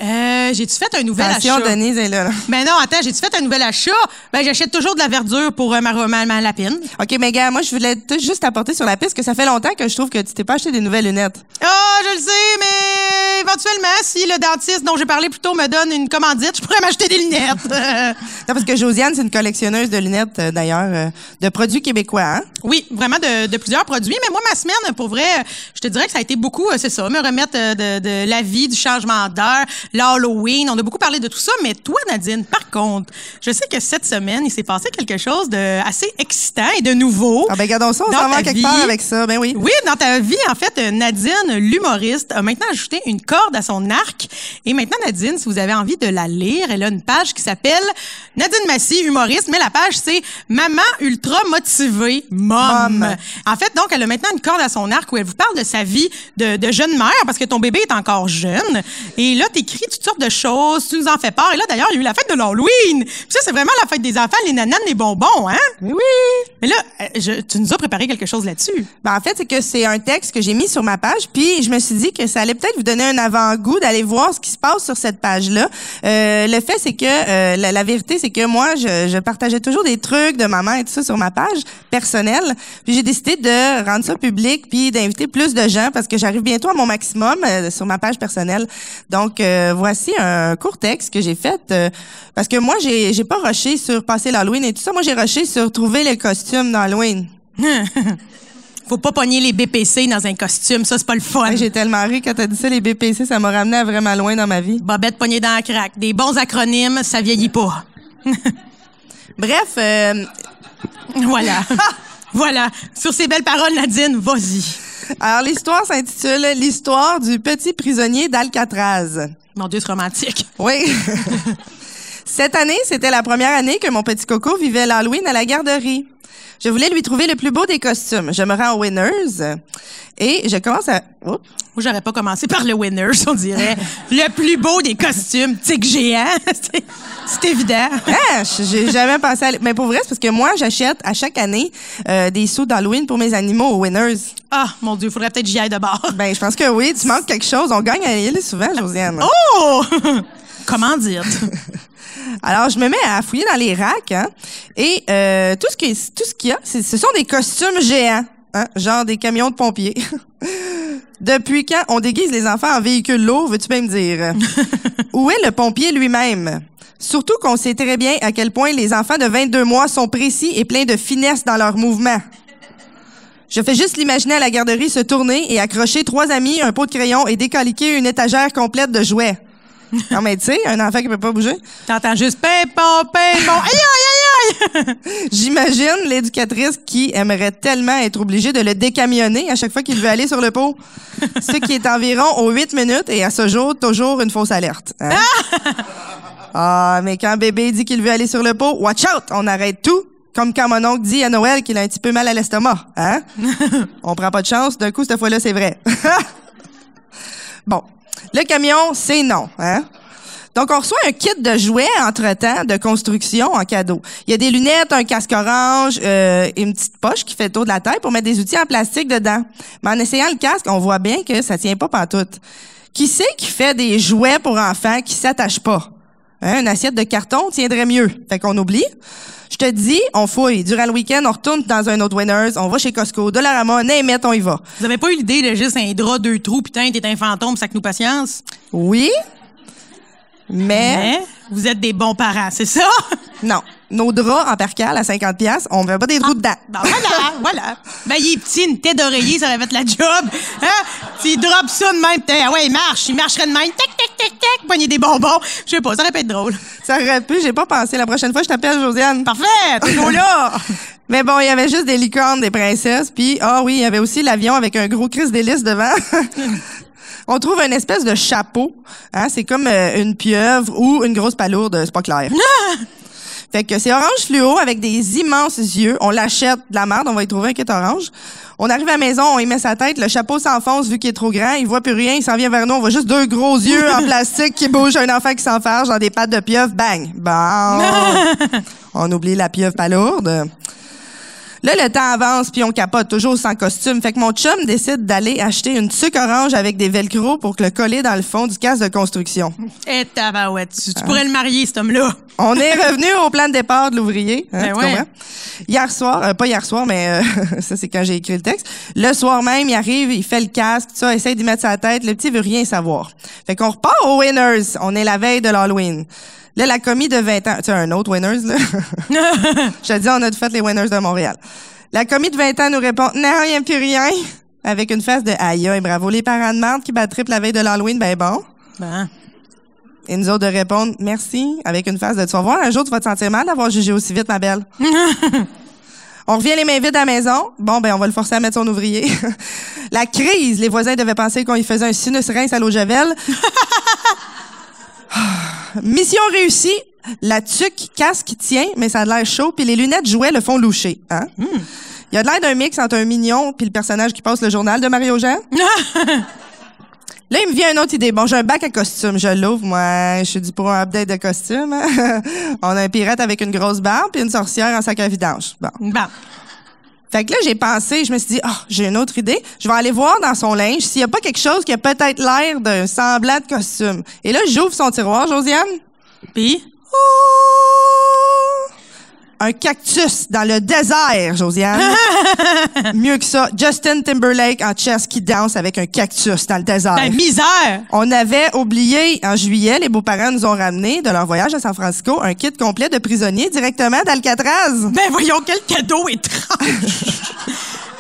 Speaker 4: euh, j'ai-tu fait un nouvel
Speaker 3: Attention,
Speaker 4: achat?
Speaker 3: Denise est là. là.
Speaker 4: Ben non, attends, j'ai-tu fait un nouvel achat? Ben j'achète toujours de la verdure pour euh, ma, ma, ma lapine.
Speaker 3: OK, mais gars, moi, je voulais tout juste apporter sur la piste que ça fait longtemps que je trouve que tu t'es pas acheté des nouvelles lunettes.
Speaker 4: Ah, je le sais, mais éventuellement, si le dentiste dont j'ai parlé plus tôt me donne une commandite, je pourrais m'acheter des lunettes.
Speaker 3: Non, parce que Josiane, c'est une collectionneuse de lunettes, euh, d'ailleurs, euh, de produits québécois. Hein?
Speaker 4: Oui, vraiment de, de plusieurs produits. Mais moi, ma semaine, pour vrai, euh, je te dirais que ça a été beaucoup, euh, c'est ça, me remettre euh, de, de la vie, du changement d'heure, l'Halloween. On a beaucoup parlé de tout ça. Mais toi, Nadine, par contre, je sais que cette semaine, il s'est passé quelque chose de assez excitant et de nouveau.
Speaker 3: Ah ben, regardons ça, on
Speaker 4: dans
Speaker 3: s'en va
Speaker 4: ta
Speaker 3: quelque
Speaker 4: vie.
Speaker 3: part avec ça. Ben oui.
Speaker 4: Oui, dans ta vie, en fait, euh, Nadine, l'humoriste, a maintenant ajouté une corde à son arc. Et maintenant, Nadine, si vous avez envie de la lire, elle a une page qui s'appelle Nadine Massy, humoriste, mais la page, c'est Maman ultra motivée, mom.
Speaker 3: Mom.
Speaker 4: En fait, donc, elle a maintenant une corde à son arc où elle vous parle de sa vie de, de jeune mère parce que ton bébé est encore jeune. Et là, t'écris toutes sortes de choses, tu nous en fais part. Et là, d'ailleurs, il y a eu la fête de l'Halloween. Puis ça, c'est vraiment la fête des enfants, les nananes, les bonbons, hein?
Speaker 3: Mais oui!
Speaker 4: Mais là, euh, je- tu nous as préparé quelque chose là-dessus.
Speaker 3: Ben, en fait, c'est que c'est un texte que j'ai mis sur ma page, puis je me suis dit que ça allait peut-être vous donner un avant-goût d'aller voir ce qui se passe sur cette page-là. Euh, le fait, c'est que euh, la, la vérité, c'est que moi, je, je partageais toujours des trucs de maman et tout ça sur ma page personnelle. Puis j'ai décidé de rendre ça public, puis d'inviter plus de gens parce que j'arrive bientôt à mon maximum euh, sur ma page personnelle. Donc euh, voici un court texte que j'ai fait euh, parce que moi, j'ai j'ai pas rushé sur passer l'Halloween et tout ça. Moi, j'ai rushé sur trouver le costume d'Halloween.
Speaker 4: Faut pas pogner les BPC dans un costume, ça c'est pas le fun.
Speaker 3: Hey, j'ai tellement ri quand t'as dit ça, les BPC, ça m'a ramené à vraiment loin dans ma vie.
Speaker 4: Bobette pognée dans la craque. Des bons acronymes, ça vieillit pas.
Speaker 3: Bref, euh,
Speaker 4: Voilà. voilà. Sur ces belles paroles, Nadine, vas-y.
Speaker 3: alors l'histoire s'intitule L'histoire du petit prisonnier d'Alcatraz.
Speaker 4: Mon Dieu, c'est romantique.
Speaker 3: Oui. Cette année, c'était la première année que mon petit coco vivait l'Halloween à la garderie. Je voulais lui trouver le plus beau des costumes. Je me rends au Winners et je commence à... Oups.
Speaker 4: Moi, j'aurais pas commencé par le winner, on dirait. le plus beau des costumes, tic géant. hein? C'est- c'est évident.
Speaker 3: Ah, j'ai jamais pensé à... Mais pour vrai, c'est parce que moi, j'achète à chaque année euh, des sous d'Halloween pour mes animaux au Winners.
Speaker 4: Ah, mon Dieu, faudrait peut-être que j'y aille de bord.
Speaker 3: Ben, je pense que oui, tu manques quelque chose. On gagne à y aller souvent, Josiane.
Speaker 4: Oh! Comment dire?
Speaker 3: Alors, je me mets à fouiller dans les racks, hein, et euh, tout ce qui, tout ce qu'il y a, c'est- ce sont des costumes géants, hein, genre des camions de pompiers. Depuis quand on déguise les enfants en véhicule lourd, veux-tu bien me dire? Où est le pompier lui-même? Surtout qu'on sait très bien à quel point les enfants de 22 mois sont précis et pleins de finesse dans leurs mouvements. Je fais juste l'imaginer à la garderie se tourner et accrocher trois amis, un pot de crayon et décaliquer une étagère complète de jouets. Non, mais tu sais, un enfant qui peut pas bouger.
Speaker 4: T'entends juste pimpon, pimpon. Aïe, aïe, aïe, aïe!
Speaker 3: J'imagine l'éducatrice qui aimerait tellement être obligée de le décamionner à chaque fois qu'il veut aller sur le pot. Ce qui est environ aux 8 minutes et à ce jour, toujours une fausse alerte. hein? Ah, mais quand bébé dit qu'il veut aller sur le pot, watch out, on arrête tout. Comme quand mon oncle dit à Noël qu'il a un petit peu mal à l'estomac. Hein? on prend pas de chance, d'un coup, cette fois-là, c'est vrai. bon, le camion, c'est non. Hein? Donc, on reçoit un kit de jouets entre-temps, de construction en cadeau. Il y a des lunettes, un casque orange euh, et une petite poche qui fait le tour de la taille pour mettre des outils en plastique dedans. Mais en essayant le casque, on voit bien que ça tient pas pantoute. Qui c'est qui fait des jouets pour enfants qui s'attachent pas? Hein, une assiette de carton tiendrait mieux. Fait qu'on oublie. Je te dis, on fouille. Durant le week-end, on retourne dans un autre Winners, on va chez Costco, Dollarama, name it, on y va.
Speaker 4: Vous avez pas eu l'idée de juste un drap, deux trous, putain, t'es un fantôme, ça que nous patience?
Speaker 3: Oui, mais...
Speaker 4: Hein? Vous êtes des bons parents, c'est ça?
Speaker 3: Non. Nos draps en percale à 50$, piastres, on veut pas
Speaker 4: Ah.
Speaker 3: des trous dedans.
Speaker 4: Bon, Ben, voilà, voilà. Ben, il est petit, une tête d'oreiller, ça va fait la job. Hein? S'il drop ça de même, putain, ah ouais, il marche, il marcherait de même, tac, tac, tac, tac, poigner des bonbons. Je sais pas, ça aurait pu être drôle.
Speaker 3: Ça aurait pu, j'ai pas pensé. La prochaine fois, je t'appelle Josiane.
Speaker 4: Parfait! t'es beau là!
Speaker 3: Mais bon, il y avait juste des licornes, des princesses, puis ah oui, il y avait aussi l'avion avec un gros Chris d'hélice devant. On trouve une espèce de chapeau, hein, c'est comme euh, une pieuvre ou une grosse palourde, c'est pas clair. Fait que c'est orange fluo avec des immenses yeux. On l'achète de la merde, on va y trouver un qui est orange. On arrive à la maison, on y met sa tête, le chapeau s'enfonce vu qu'il est trop grand, il voit plus rien, il s'en vient vers nous, on voit juste deux gros yeux en plastique qui bougent, un enfant qui s'enfarge dans des pattes de pieuvre, bang! Bon! on oublie la pieuvre palourde. Là, le temps avance, puis on capote toujours sans costume. Fait que mon chum décide d'aller acheter une tuque orange avec des velcro pour le coller dans le fond du casque de construction.
Speaker 4: Eh, tabarouette, tu, tu pourrais le marier, cet homme-là.
Speaker 3: On est revenu au plan de départ de l'ouvrier. hein,
Speaker 4: Ben
Speaker 3: tu
Speaker 4: ouais.
Speaker 3: comprends? Hier soir, euh, pas hier soir, mais euh, ça c'est quand j'ai écrit le texte. Le soir même, il arrive, il fait le casque, tout ça, essaye d'y mettre sa tête. Le petit veut rien savoir. Fait qu'on repart aux Winners. On est la veille de l'Halloween. Là, la commis de 20 ans, tu sais, un autre Winners, là. je te dis, on a fait les Winners de Montréal. La commis de 20 ans nous répond, non, rien plus rien. Avec une face de aïe, aïe, bravo, les parents de marde qui battent triple la veille de l'Halloween, ben bon.
Speaker 4: Ben,
Speaker 3: Et nous autres de répondre merci avec une face de tu vas voir, un jour tu vas te sentir mal d'avoir jugé aussi vite, ma belle. on revient les mains vides à la maison. Bon, ben, on va le forcer à mettre son ouvrier. la crise, les voisins devaient penser qu'on lui faisait un sinus rince à l'eau javel. Ah, Mission réussie. La tuque casque qui tient, mais ça a l'air chaud, puis les lunettes jouets le font loucher. Hein? Il y a de l'air d'un mix entre un mignon puis le personnage qui passe le journal de Mario Jean. Là, il me vient une autre idée. Bon, j'ai un bac à costume. Je l'ouvre, moi. Je suis du pour un update de costume. hein. On a un pirate avec une grosse barbe puis une sorcière en sac à vidange. Bon.
Speaker 4: bon.
Speaker 3: Fait que là, j'ai pensé, je me suis dit, ah, j'ai une autre idée. Je vais aller voir dans son linge s'il n'y a pas quelque chose qui a peut-être l'air d'un semblant de costume. Et là, j'ouvre son tiroir, Josiane.
Speaker 4: Puis,
Speaker 3: Oh! Un cactus dans le désert, Josiane. Mieux que ça, Justin Timberlake en chess qui danse avec un cactus dans le désert.
Speaker 4: ben, misère!
Speaker 3: On avait oublié en juillet, les beaux-parents nous ont ramené de leur voyage à San Francisco un kit complet de prisonniers directement d'Alcatraz.
Speaker 4: Ben, voyons, quel cadeau étrange!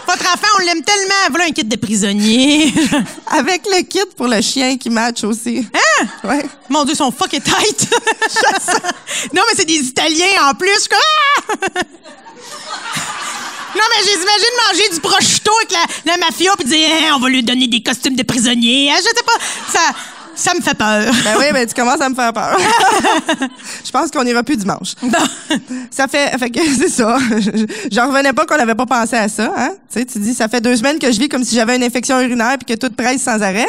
Speaker 4: Votre enfant, on l'aime tellement! Voilà un kit de prisonnier!
Speaker 3: Avec le kit pour le chien qui match aussi. Hein? Ouais.
Speaker 4: Mon Dieu, son fuck est tight! non, mais c'est des Italiens en plus! Je suis comme, Ah! non, mais j'imagine manger du prosciutto avec la, la mafia puis dire Hein, on va lui donner des costumes de prisonnier. Hein, je sais pas. Ça, ça me fait peur.
Speaker 3: Ben oui, ben tu commences à me faire peur. Je pense qu'on ira plus dimanche.
Speaker 4: Bon.
Speaker 3: Ça fait, fait que c'est ça. Je- J'en revenais pas qu'on n'avait pas pensé à ça. Hein? Tu sais, tu dis, ça fait deux semaines que je vis comme si j'avais une infection urinaire puis que tout presse sans arrêt.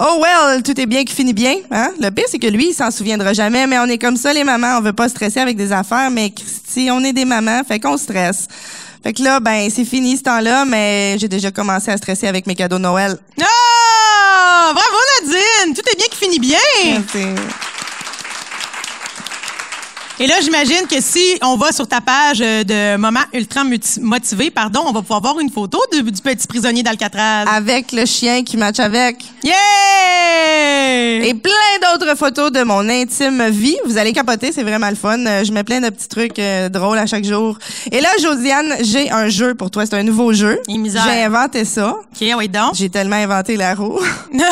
Speaker 3: oh well, tout est bien qui finit bien. Hein? Le pire, c'est que lui, il s'en souviendra jamais. Mais on est comme ça, les mamans. On veut pas stresser avec des affaires. Mais Christy, on est des mamans, fait qu'on stresse. Fait que là, ben, c'est fini ce temps-là, mais j'ai déjà commencé à stresser avec mes cadeaux de Noël.
Speaker 4: Ah! Bravo, Nadine! Tout est bien qui finit bien!
Speaker 3: C'est-
Speaker 4: Et là, j'imagine que si on va sur ta page euh, de Moment Ultra Muti- Motivé, pardon, on va pouvoir voir une photo du, du petit prisonnier d'Alcatraz.
Speaker 3: Avec le chien qui match avec.
Speaker 4: Yeah!
Speaker 3: Et plein d'autres photos de mon intime vie. Vous allez capoter, c'est vraiment le fun. Euh, Je mets plein de petits trucs euh, drôles à chaque jour. Et là, Josiane, j'ai un jeu pour toi. C'est un nouveau jeu.
Speaker 4: Et misère.
Speaker 3: J'ai inventé ça.
Speaker 4: OK, oui, donc.
Speaker 3: J'ai tellement inventé la roue. tu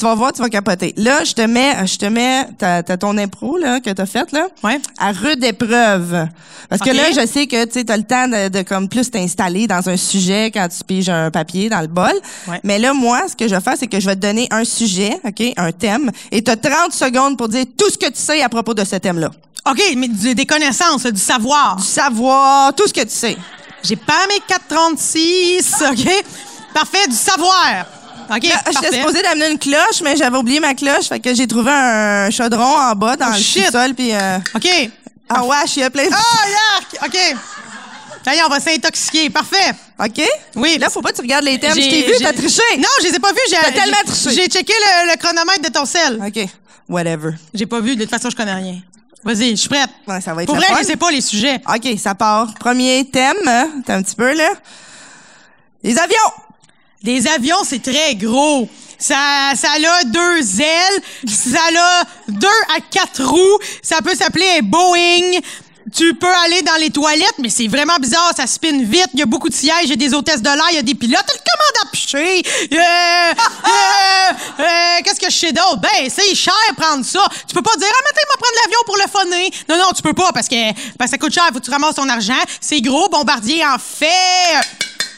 Speaker 3: vas voir, tu vas capoter. Là, je te mets, je te mets ta, ta- ton impro là, que t'as faite là,
Speaker 4: Ouais.
Speaker 3: à rude épreuve. Parce
Speaker 4: Ok.
Speaker 3: que là, je sais que tu as le temps de, de comme plus t'installer dans un sujet quand tu piges un papier dans le bol.
Speaker 4: Ouais.
Speaker 3: Mais là, moi, ce que je vais faire, c'est que je vais te donner un sujet, ok, un thème, et t'as 30 secondes pour dire tout ce que tu sais à propos de ce thème-là.
Speaker 4: OK, mais du- des connaissances, du savoir.
Speaker 3: Savoir tout ce que tu sais.
Speaker 4: J'ai pas mes 436, OK? Parfait, du savoir. OK,
Speaker 3: Ah, J'étais
Speaker 4: parfait.
Speaker 3: supposée d'amener une cloche, mais j'avais oublié ma cloche. Fait que j'ai trouvé un chaudron en bas dans
Speaker 4: Oh, shit.
Speaker 3: le sol. Puis euh,
Speaker 4: OK.
Speaker 3: en wash, il y a plein de...
Speaker 4: Ah, yark! OK. D'ailleurs, on va s'intoxiquer. Parfait.
Speaker 3: OK?
Speaker 4: Oui.
Speaker 3: Là, faut pas que tu regardes les thèmes. Je
Speaker 4: J'ai-
Speaker 3: t'ai vu,
Speaker 4: j'ai-
Speaker 3: t'as triché.
Speaker 4: Non, je les ai pas vus. J'ai
Speaker 3: T'as tellement
Speaker 4: j'ai-
Speaker 3: triché.
Speaker 4: J'ai checké le, le chronomètre de ton sel.
Speaker 3: OK. Whatever.
Speaker 4: J'ai pas vu. De toute façon, je connais rien. Vas-y, je suis prête.
Speaker 3: Ouais, ça va être
Speaker 4: Pour
Speaker 3: la
Speaker 4: vrai,
Speaker 3: fun.
Speaker 4: je sais pas les sujets.
Speaker 3: OK, ça part. Premier thème. hein, T'as un petit peu, là. Les avions.
Speaker 4: Des avions, c'est très gros. Ça, ça a deux ailes. Ça a deux à quatre roues. Ça peut s'appeler un Boeing. Tu peux aller dans les toilettes, mais c'est vraiment bizarre, ça spinne vite, il y a beaucoup de sièges, il y a des hôtesses de l'air, il y a des pilotes, t'as le commande à picher. Euh, euh, euh, Qu'est-ce que je sais d'autre? Ben, c'est cher prendre ça. Tu peux pas dire, ah, matin, je vais prendre l'avion pour le funner. Non, non, tu peux pas parce que, parce que ça coûte cher, faut que tu ramasses ton argent. C'est gros, Bombardier en fait.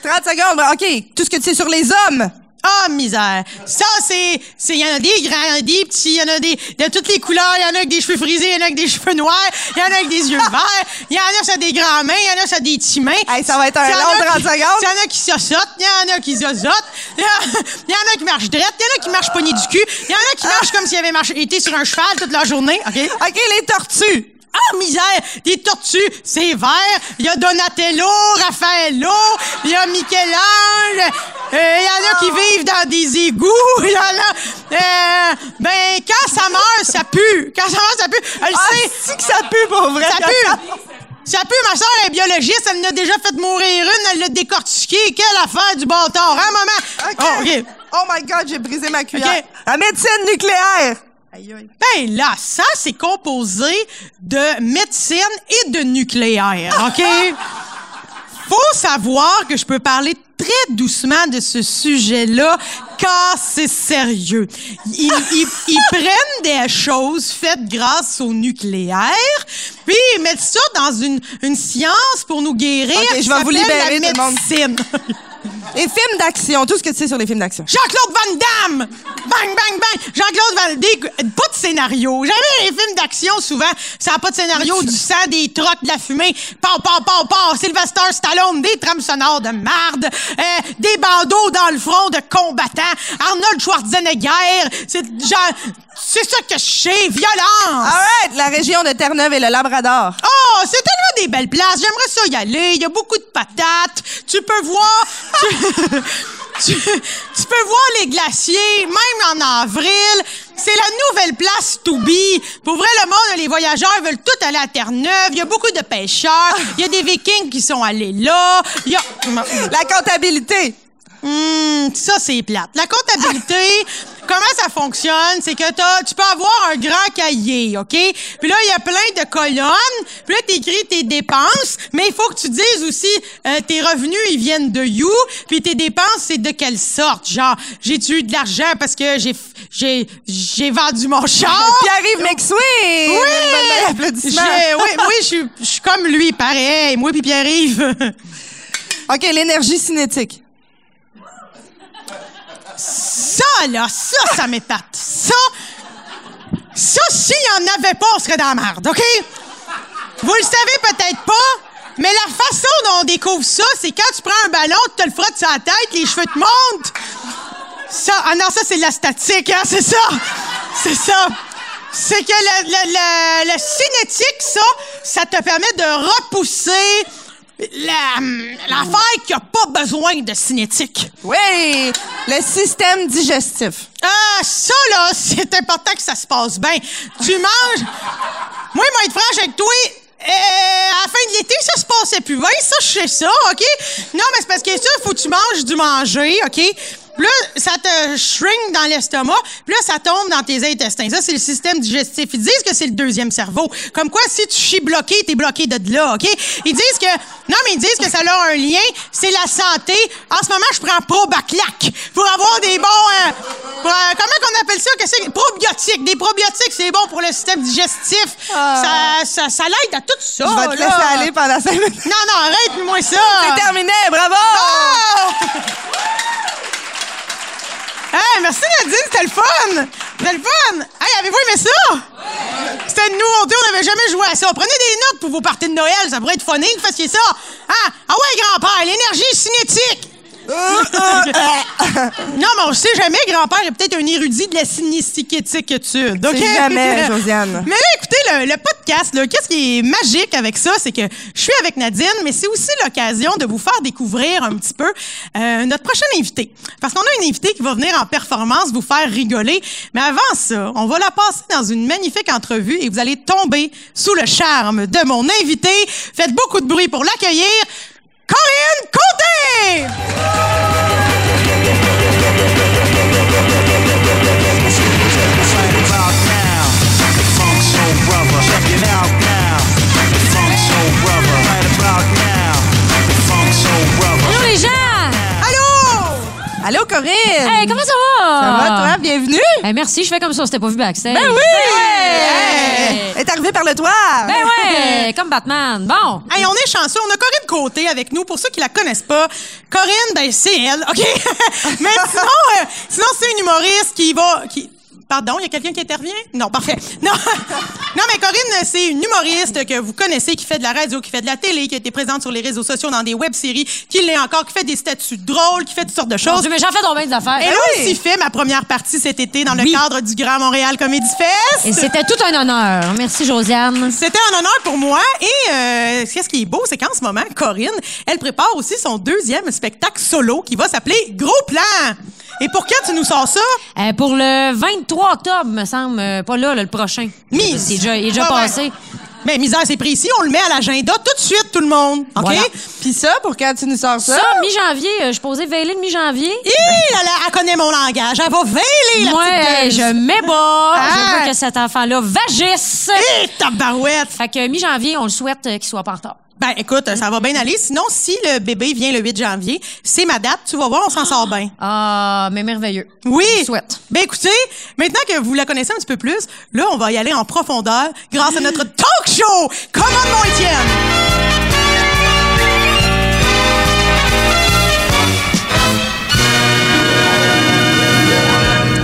Speaker 3: 30 secondes, bon, OK. Tout ce que tu sais sur les hommes.
Speaker 4: Ah, misère! Ça, c'est. c'est- Il y en a des grands, il y en a des petits, il y en a des. de toutes les couleurs, il y en a avec des cheveux frisés, il y en a avec des cheveux noirs, il y en a avec des yeux verts, il y en a ça des grands mains, il y en a ça des petits mains.
Speaker 3: Hey, ça va être un
Speaker 4: Il y en a
Speaker 3: long
Speaker 4: qui-
Speaker 3: 30 secondes.
Speaker 4: Il y en a qui s'assotent, il y en a qui zozotent, il y en- il y en a qui marchent drette, il y en a qui marchent poignées du cul, il y en a qui marchent comme s'ils avaient marché, été sur un cheval toute la journée, OK?
Speaker 3: OK, les tortues.
Speaker 4: Ah, misère! Des tortues, c'est vert. Il y a Donatello, Raffaello, il y a Michel-Ange. Euh, Il y en a
Speaker 3: Oh.
Speaker 4: qui vivent dans des égouts. Il y en a... euh, ben, quand ça meurt, ça pue. Quand ça meurt, ça pue. Elle
Speaker 3: Ah,
Speaker 4: sait...
Speaker 3: c'est que ça pue, pour vrai.
Speaker 4: Ça
Speaker 3: quand
Speaker 4: pue! Ça pue, ma soeur est biologiste, elle en a déjà fait mourir une, elle l'a décortiquée. Quelle affaire du bâtard, hein, maman?
Speaker 3: OK.
Speaker 4: Oh, OK.
Speaker 3: Oh my God, j'ai brisé ma cuillère.
Speaker 4: OK.
Speaker 3: La médecine nucléaire.
Speaker 4: Ben là, ça, c'est composé de médecine et de nucléaire, OK? Faut savoir que je peux parler très doucement de ce sujet-là, car c'est sérieux. Ils, ils- ils prennent des choses faites grâce au nucléaire, puis ils mettent ça dans une, une science pour nous guérir.
Speaker 3: OK,
Speaker 4: qui
Speaker 3: je vais vous
Speaker 4: s'appelle
Speaker 3: libérer, tout le
Speaker 4: la
Speaker 3: monde.
Speaker 4: médecine.
Speaker 3: Les films d'action. Tout ce que tu sais sur les films d'action.
Speaker 4: Jean-Claude Van Damme! Bang, bang, bang! Jean-Claude Van Damme, pas de scénario. Jamais les films d'action, souvent, ça n'a pas de scénario, du sang, des trocs, de la fumée. Pow, pow, pow, pow! Sylvester Stallone, des trames sonores de marde, euh, des bandeaux dans le front de combattants. Arnold Schwarzenegger, c'est genre... C'est ça que je sais, violence!
Speaker 3: Alright, la région de Terre-Neuve et le Labrador.
Speaker 4: Oh, c'est tellement des belles places. J'aimerais ça y aller. Il y a beaucoup de patates. Tu peux voir. Tu, tu- tu peux voir les glaciers, même en avril. C'est la nouvelle place to be. Pour vrai, le monde, les voyageurs veulent tout aller à Terre-Neuve. Il y a beaucoup de pêcheurs. Il y a des vikings qui sont allés là. Il y a.
Speaker 3: La comptabilité.
Speaker 4: Hmm, ça, c'est plate. La comptabilité, comment ça fonctionne? C'est que t'as- tu peux avoir un grand cahier, OK? Puis là, il y a plein de colonnes. Puis là, t'écris tes dépenses, mais il faut que tu dises aussi euh, tes revenus, ils viennent de you. Puis tes dépenses, c'est de quelle sorte? Genre, j'ai-tu eu de l'argent parce que j'ai f- j'ai j'ai vendu mon char?
Speaker 3: Puis arrive McSween.
Speaker 4: Oui!
Speaker 3: Applaudissements.
Speaker 4: J'ai- oui, oui, je suis- je suis comme lui, pareil. Moi puis Pierre-Yves.
Speaker 3: OK, l'énergie cinétique.
Speaker 4: Ça, là, ça, ça m'épate. Ça, ça, s'il y en avait pas, on serait dans la merde, OK? Vous le savez peut-être pas, mais la façon dont on découvre ça, c'est quand tu prends un ballon, tu te le frottes sur la tête, les cheveux te montent. Ça, ah non, ça, c'est de la statique, hein, c'est ça. C'est ça. C'est que le, le, le- le cinétique, ça, ça te permet de repousser la, l'affaire qui a pas besoin de cinétique.
Speaker 3: Oui! Le système digestif.
Speaker 4: Ah, ça, là, c'est important que ça se passe bien. Tu manges. Moi, moi, être franche avec toi, euh, à la fin de l'été, ça se passait plus bien. Ça, je sais ça, OK? Non, mais c'est parce que ça, faut que tu manges du manger, OK? Puis Là, ça te shrink dans l'estomac, puis là, ça tombe dans tes intestins. Ça, c'est le système digestif. Ils disent que c'est le deuxième cerveau. Comme quoi, si tu chies bloqué, t'es bloqué de là, OK? Ils disent que... Non, mais ils disent que ça a un lien, c'est la santé. En ce moment, je prends Probaclac pour avoir des bons... euh, pour, euh, comment qu'on appelle ça? Qu'est-ce Que c'est? Probiotiques. Des probiotiques, c'est bon pour le système digestif. Ça, ça, ça l'aide à tout ça,
Speaker 3: Ah. Je vais te laisser
Speaker 4: Oh, là. Ah.
Speaker 3: aller pendant cinq minutes.
Speaker 4: Non, non, arrête, moi ça!
Speaker 3: C'est terminé, bravo!
Speaker 4: Ah! Hey, merci Nadine, c'était le fun! C'était le fun! Hey, avez-vous aimé ça? C'était une nouveauté, on n'avait jamais joué à ça. Prenez des notes pour vos parties de Noël, ça pourrait être funny, vous fassiez ça! Ah, ah ouais, grand-père, l'énergie cinétique! non, mais on sait jamais, grand-père est peut-être un érudit de la cinétique éthique tu hein?
Speaker 3: C'est jamais, Josiane.
Speaker 4: mais là, écoutez, le, le podcast, là, qu'est-ce qui est magique avec ça, c'est que je suis avec Nadine, mais c'est aussi l'occasion de vous faire découvrir un petit peu euh, notre prochaine invitée. Parce qu'on a une invitée qui va venir en performance vous faire rigoler. Mais avant ça, on va la passer dans une magnifique entrevue et vous allez tomber sous le charme de mon invitée. Faites beaucoup de bruit pour l'accueillir. Corinne Côté!
Speaker 8: Right about now, the funk soul brother, check it out now. The funk
Speaker 3: Allô, Corinne!
Speaker 8: Hey, ah! comment ça va?
Speaker 3: Ça va, toi? Bienvenue!
Speaker 8: Hey, merci, je fais comme ça, c'était pas vu backstage.
Speaker 3: Ben oui!
Speaker 8: Ah Hey!
Speaker 3: Hey! Elle est arrivée par le toit!
Speaker 8: Ben ouais, comme Batman. Bon.
Speaker 4: Hey, on est chanceux. On a Corinne Côté avec nous. Pour ceux qui la connaissent pas, Corinne, ben, c'est elle, OK? Mais sinon, euh, sinon c'est une humoriste qui va... Qui... Pardon, il y a quelqu'un qui intervient? Non, parfait. Non, non mais Corinne, c'est une humoriste que vous connaissez, qui fait de la radio, qui fait de la télé, qui a été présente sur les réseaux sociaux dans des web-séries, qui l'est encore, qui fait des statuts drôles, qui fait toutes sortes de
Speaker 8: Mon
Speaker 4: choses.
Speaker 8: Dieu, mais j'en fais donc bien des affaires.
Speaker 4: Elle
Speaker 8: Ben
Speaker 4: a
Speaker 8: oui.
Speaker 4: aussi fait ma première partie cet été dans le
Speaker 8: Oui.
Speaker 4: cadre du Grand Montréal Comedy Fest.
Speaker 8: Et c'était tout un honneur. Merci, Josiane.
Speaker 4: C'était un honneur pour moi. Et euh, ce qui est beau, c'est qu'en ce moment, Corinne, elle prépare aussi son deuxième spectacle solo qui va s'appeler Gros Plan. Et pour quand tu nous sors ça?
Speaker 8: Euh, pour le 23 octobre, me semble. euh, Pas là, là, le prochain.
Speaker 4: Mise.
Speaker 8: C'est déjà, il est déjà
Speaker 4: Ah ouais.
Speaker 8: passé.
Speaker 4: Mais misère, c'est précis. On le met à l'agenda tout de suite, tout le monde. OK?
Speaker 8: Voilà.
Speaker 3: Pis ça, pour quand tu nous sors ça?
Speaker 8: Ça, mi-janvier, euh, je posais veiller le mi-janvier.
Speaker 4: Ah. Hi, là, là, elle connaît mon langage. Elle va veiller, la
Speaker 8: Moi,
Speaker 4: petite
Speaker 8: euh,
Speaker 4: gueule.
Speaker 8: je m'ébats.
Speaker 4: Ah.
Speaker 8: Je veux que cet enfant-là vagisse.
Speaker 4: Hi, Eh, tabarouette!
Speaker 8: Fait que mi-janvier, on le souhaite euh, qu'il soit pas en retard.
Speaker 4: Ben, écoute, ça va bien aller. Sinon, si le bébé vient le 8 janvier, c'est ma date. Tu vas voir, on s'en sort bien.
Speaker 8: Ah, mais merveilleux.
Speaker 4: Oui.
Speaker 8: Je le souhaite.
Speaker 4: Ben écoutez, maintenant que vous la connaissez un petit peu plus, là, on va y aller en profondeur grâce à notre talk show. Commandement Étienne.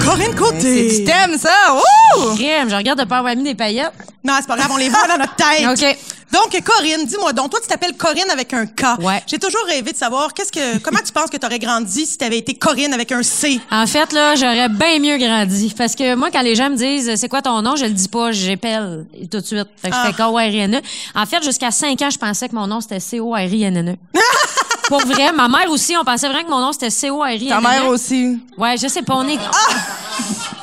Speaker 4: Corinne
Speaker 3: C'est du
Speaker 4: Côté.
Speaker 3: thème, ça! Ouh!
Speaker 8: Crème, je regarde de pas avoir mis des paillettes.
Speaker 4: Non, c'est pas grave, on les voit dans notre tête.
Speaker 8: OK.
Speaker 4: Donc, Corinne, dis-moi donc, toi, tu t'appelles Corinne avec un K.
Speaker 8: Ouais.
Speaker 4: J'ai toujours rêvé de savoir qu'est-ce que, comment tu penses que tu aurais grandi si tu avais été Corinne avec un C.
Speaker 8: En fait, là, j'aurais bien mieux grandi. Parce que moi, quand les gens me disent euh, c'est quoi ton nom, je le dis pas, j'épelle tout de suite. Fait que
Speaker 3: Ah.
Speaker 8: je fais K-O-R-I-N-E. E. En fait, jusqu'à 5 ans, je pensais que mon nom c'était C-O-R-I-N-N-E. E. Pour vrai, ma mère aussi, on pensait vraiment que mon nom c'était C-O-R-I-N-N-E.
Speaker 3: Ta mère aussi.
Speaker 8: Ouais, je sais pas, on est.
Speaker 4: Ah!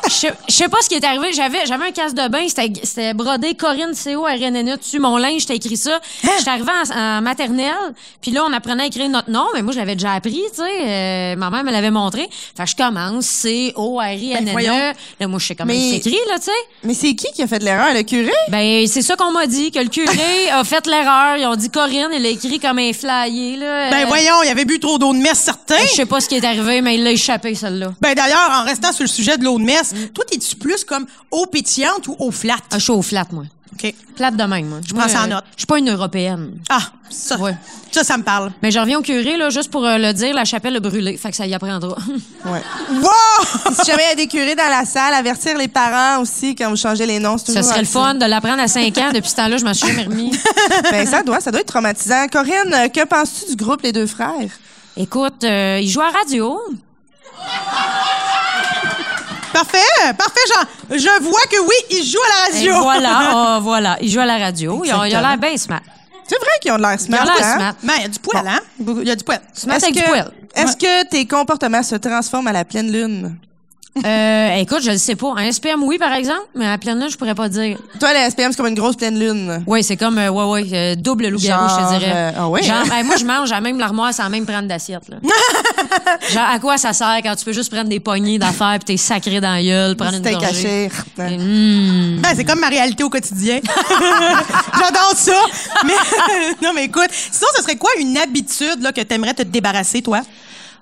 Speaker 8: Je sais- je sais pas ce qui est arrivé. J'avais, j'avais un casque de bain, c'était, c'était brodé Corinne CO RNNE dessus. Mon linge, j'étais écrit ça.
Speaker 4: Hein?
Speaker 8: J'étais arrivée en, en maternelle, puis là, on apprenait à écrire notre nom, mais moi, je l'avais déjà appris, tu sais. Euh, ma mère me l'avait montré. Fait que je commence
Speaker 4: Ben,
Speaker 8: C-O-R-I-N-N-E.
Speaker 4: voyons.
Speaker 8: E. là, moi, je sais comment
Speaker 3: Mais-
Speaker 8: il s'écrit, là, tu sais.
Speaker 3: Mais c'est qui qui a fait de l'erreur? Le curé?
Speaker 8: Ben, c'est ça qu'on m'a dit, que le curé a fait l'erreur. Ils ont dit Corinne, il l'a écrit comme un flyer, là.
Speaker 4: Ben
Speaker 8: Euh,
Speaker 4: voyons, il avait bu trop d'eau de messe, certain.
Speaker 8: Je sais pas ce qui est arrivé, mais il l'a échappé, celle-là.
Speaker 4: Ben d'ailleurs, en restant sur le sujet de l'eau de messe, toi, t'es-tu plus comme eau pétillante ou eau flat?
Speaker 8: Ah, je suis au flat, moi.
Speaker 4: OK.
Speaker 8: Plate de même, moi. Je
Speaker 4: prends ça en note.
Speaker 8: Je suis pas une européenne.
Speaker 4: Ah, ça,
Speaker 8: Ouais.
Speaker 4: ça, ça me parle.
Speaker 8: Mais je reviens au curé, là, juste pour euh, le dire, la chapelle a brûlé. Fait que ça y apprendra.
Speaker 3: Ouais.
Speaker 4: Wow!
Speaker 3: si jamais il y a des curés dans la salle, avertir les parents aussi quand vous changez les noms. c'est
Speaker 8: Ce
Speaker 3: toujours
Speaker 8: serait le
Speaker 3: actif.
Speaker 8: fun de l'apprendre à 5 ans. Depuis ce temps-là, je m'en suis jamais remis.
Speaker 3: Ben, ça doit, ça doit être traumatisant. Corinne, euh, que penses-tu du groupe Les Deux Frères?
Speaker 8: Écoute, euh, il joue à radio.
Speaker 4: Parfait, parfait, Jean. Je vois que oui, il joue à la
Speaker 8: Et
Speaker 4: radio.
Speaker 8: voilà, oh, voilà. Il joue à la radio. Il a il a
Speaker 3: Exactement.
Speaker 8: l'air bien smart.
Speaker 3: C'est vrai qu'ils ont de l'air
Speaker 8: Il
Speaker 3: smart,
Speaker 8: a l'air
Speaker 3: hein?
Speaker 8: smart.
Speaker 4: Ben, il y a du poil, hein? Il y a du poil.
Speaker 8: Smart avec du poil.
Speaker 3: Est-ce que tes comportements se transforment à la pleine lune?
Speaker 8: Euh, écoute, je le sais pas. Un SPM, oui, par exemple, mais à pleine lune, je pourrais pas dire.
Speaker 3: Toi, la SPM, c'est comme une grosse pleine lune.
Speaker 8: Oui, c'est comme, euh, ouais, ouais, euh, double loup-garou,
Speaker 3: Genre,
Speaker 8: je te dirais.
Speaker 3: euh, ah ouais?
Speaker 8: Genre, hey, moi, je mange à même l'armoire sans même prendre d'assiette, là. Genre, à quoi ça sert quand tu peux juste prendre des poignées d'affaires pis t'es sacré dans la gueule, prendre une
Speaker 3: C'était
Speaker 8: gorgée?
Speaker 3: caché.
Speaker 8: Et,
Speaker 3: Ben,
Speaker 8: hmm.
Speaker 4: Ben, c'est comme ma réalité au quotidien. J'adore ça. Mais, non, mais écoute, sinon, ce serait quoi une habitude là, que t'aimerais te débarrasser, toi?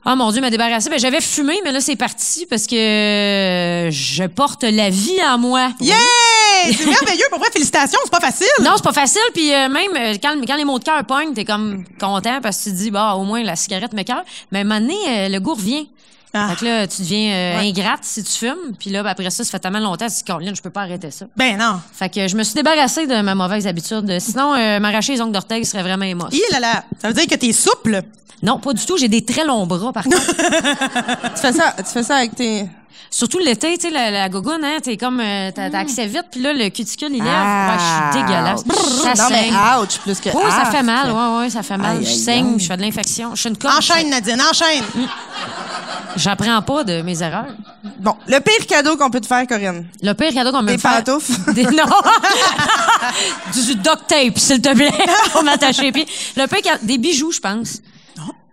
Speaker 8: Ah mon Dieu, m'a débarrassé. Ben, j'avais fumé, mais là, c'est parti parce que euh, je porte la vie en moi.
Speaker 4: Yeah! C'est merveilleux. Pour vrai, félicitations, c'est pas facile.
Speaker 8: Non, c'est pas facile. Puis euh, même euh, quand, quand les mots de cœur pognent, t'es comme content parce que tu te dis, bah, au moins la cigarette me cœur. Mais à un moment donné, euh, le goût revient.
Speaker 4: Ah.
Speaker 8: Fait que là, tu deviens euh, ingrate si tu fumes. Puis là, ben, après ça, ça fait tellement longtemps, tu te dis, Caroline, je peux pas arrêter ça.
Speaker 4: Ben non.
Speaker 8: Fait que je me suis débarrassée de ma mauvaise habitude. Sinon, euh, m'arracher les ongles d'orteil serait vraiment émoche.
Speaker 4: Il là là, ça veut dire que t'es souple.
Speaker 8: Non, pas du tout. J'ai des très longs bras, par contre.
Speaker 3: tu, fais ça, tu fais ça avec tes.
Speaker 8: Surtout l'été, tu sais, la, la gogoune, hein, t'es comme, euh, t'as
Speaker 3: Ah.
Speaker 8: t'as accès vite, puis là, le cuticule, il lève. Ouais, je suis dégueulasse. Ça
Speaker 3: non, mais
Speaker 8: saigne.
Speaker 3: ouch, plus que.
Speaker 8: Oh, ça
Speaker 3: ouch.
Speaker 8: fait mal, ouais, ouais, ça fait mal.
Speaker 3: Aïe,
Speaker 8: je
Speaker 3: aïe,
Speaker 8: saigne,
Speaker 3: aïe.
Speaker 8: je fais de l'infection. Je suis une conne.
Speaker 4: Enchaîne, Nadine, enchaîne.
Speaker 8: J'apprends pas de mes erreurs.
Speaker 3: Bon, le pire cadeau qu'on peut te faire, Corinne.
Speaker 8: Le pire cadeau qu'on me
Speaker 3: Des
Speaker 8: fait.
Speaker 3: pantoufles.
Speaker 8: Des- non. du, du duct tape, s'il te plaît, pour m'attacher les pieds. Le pire cadeau, des bijoux, je pense.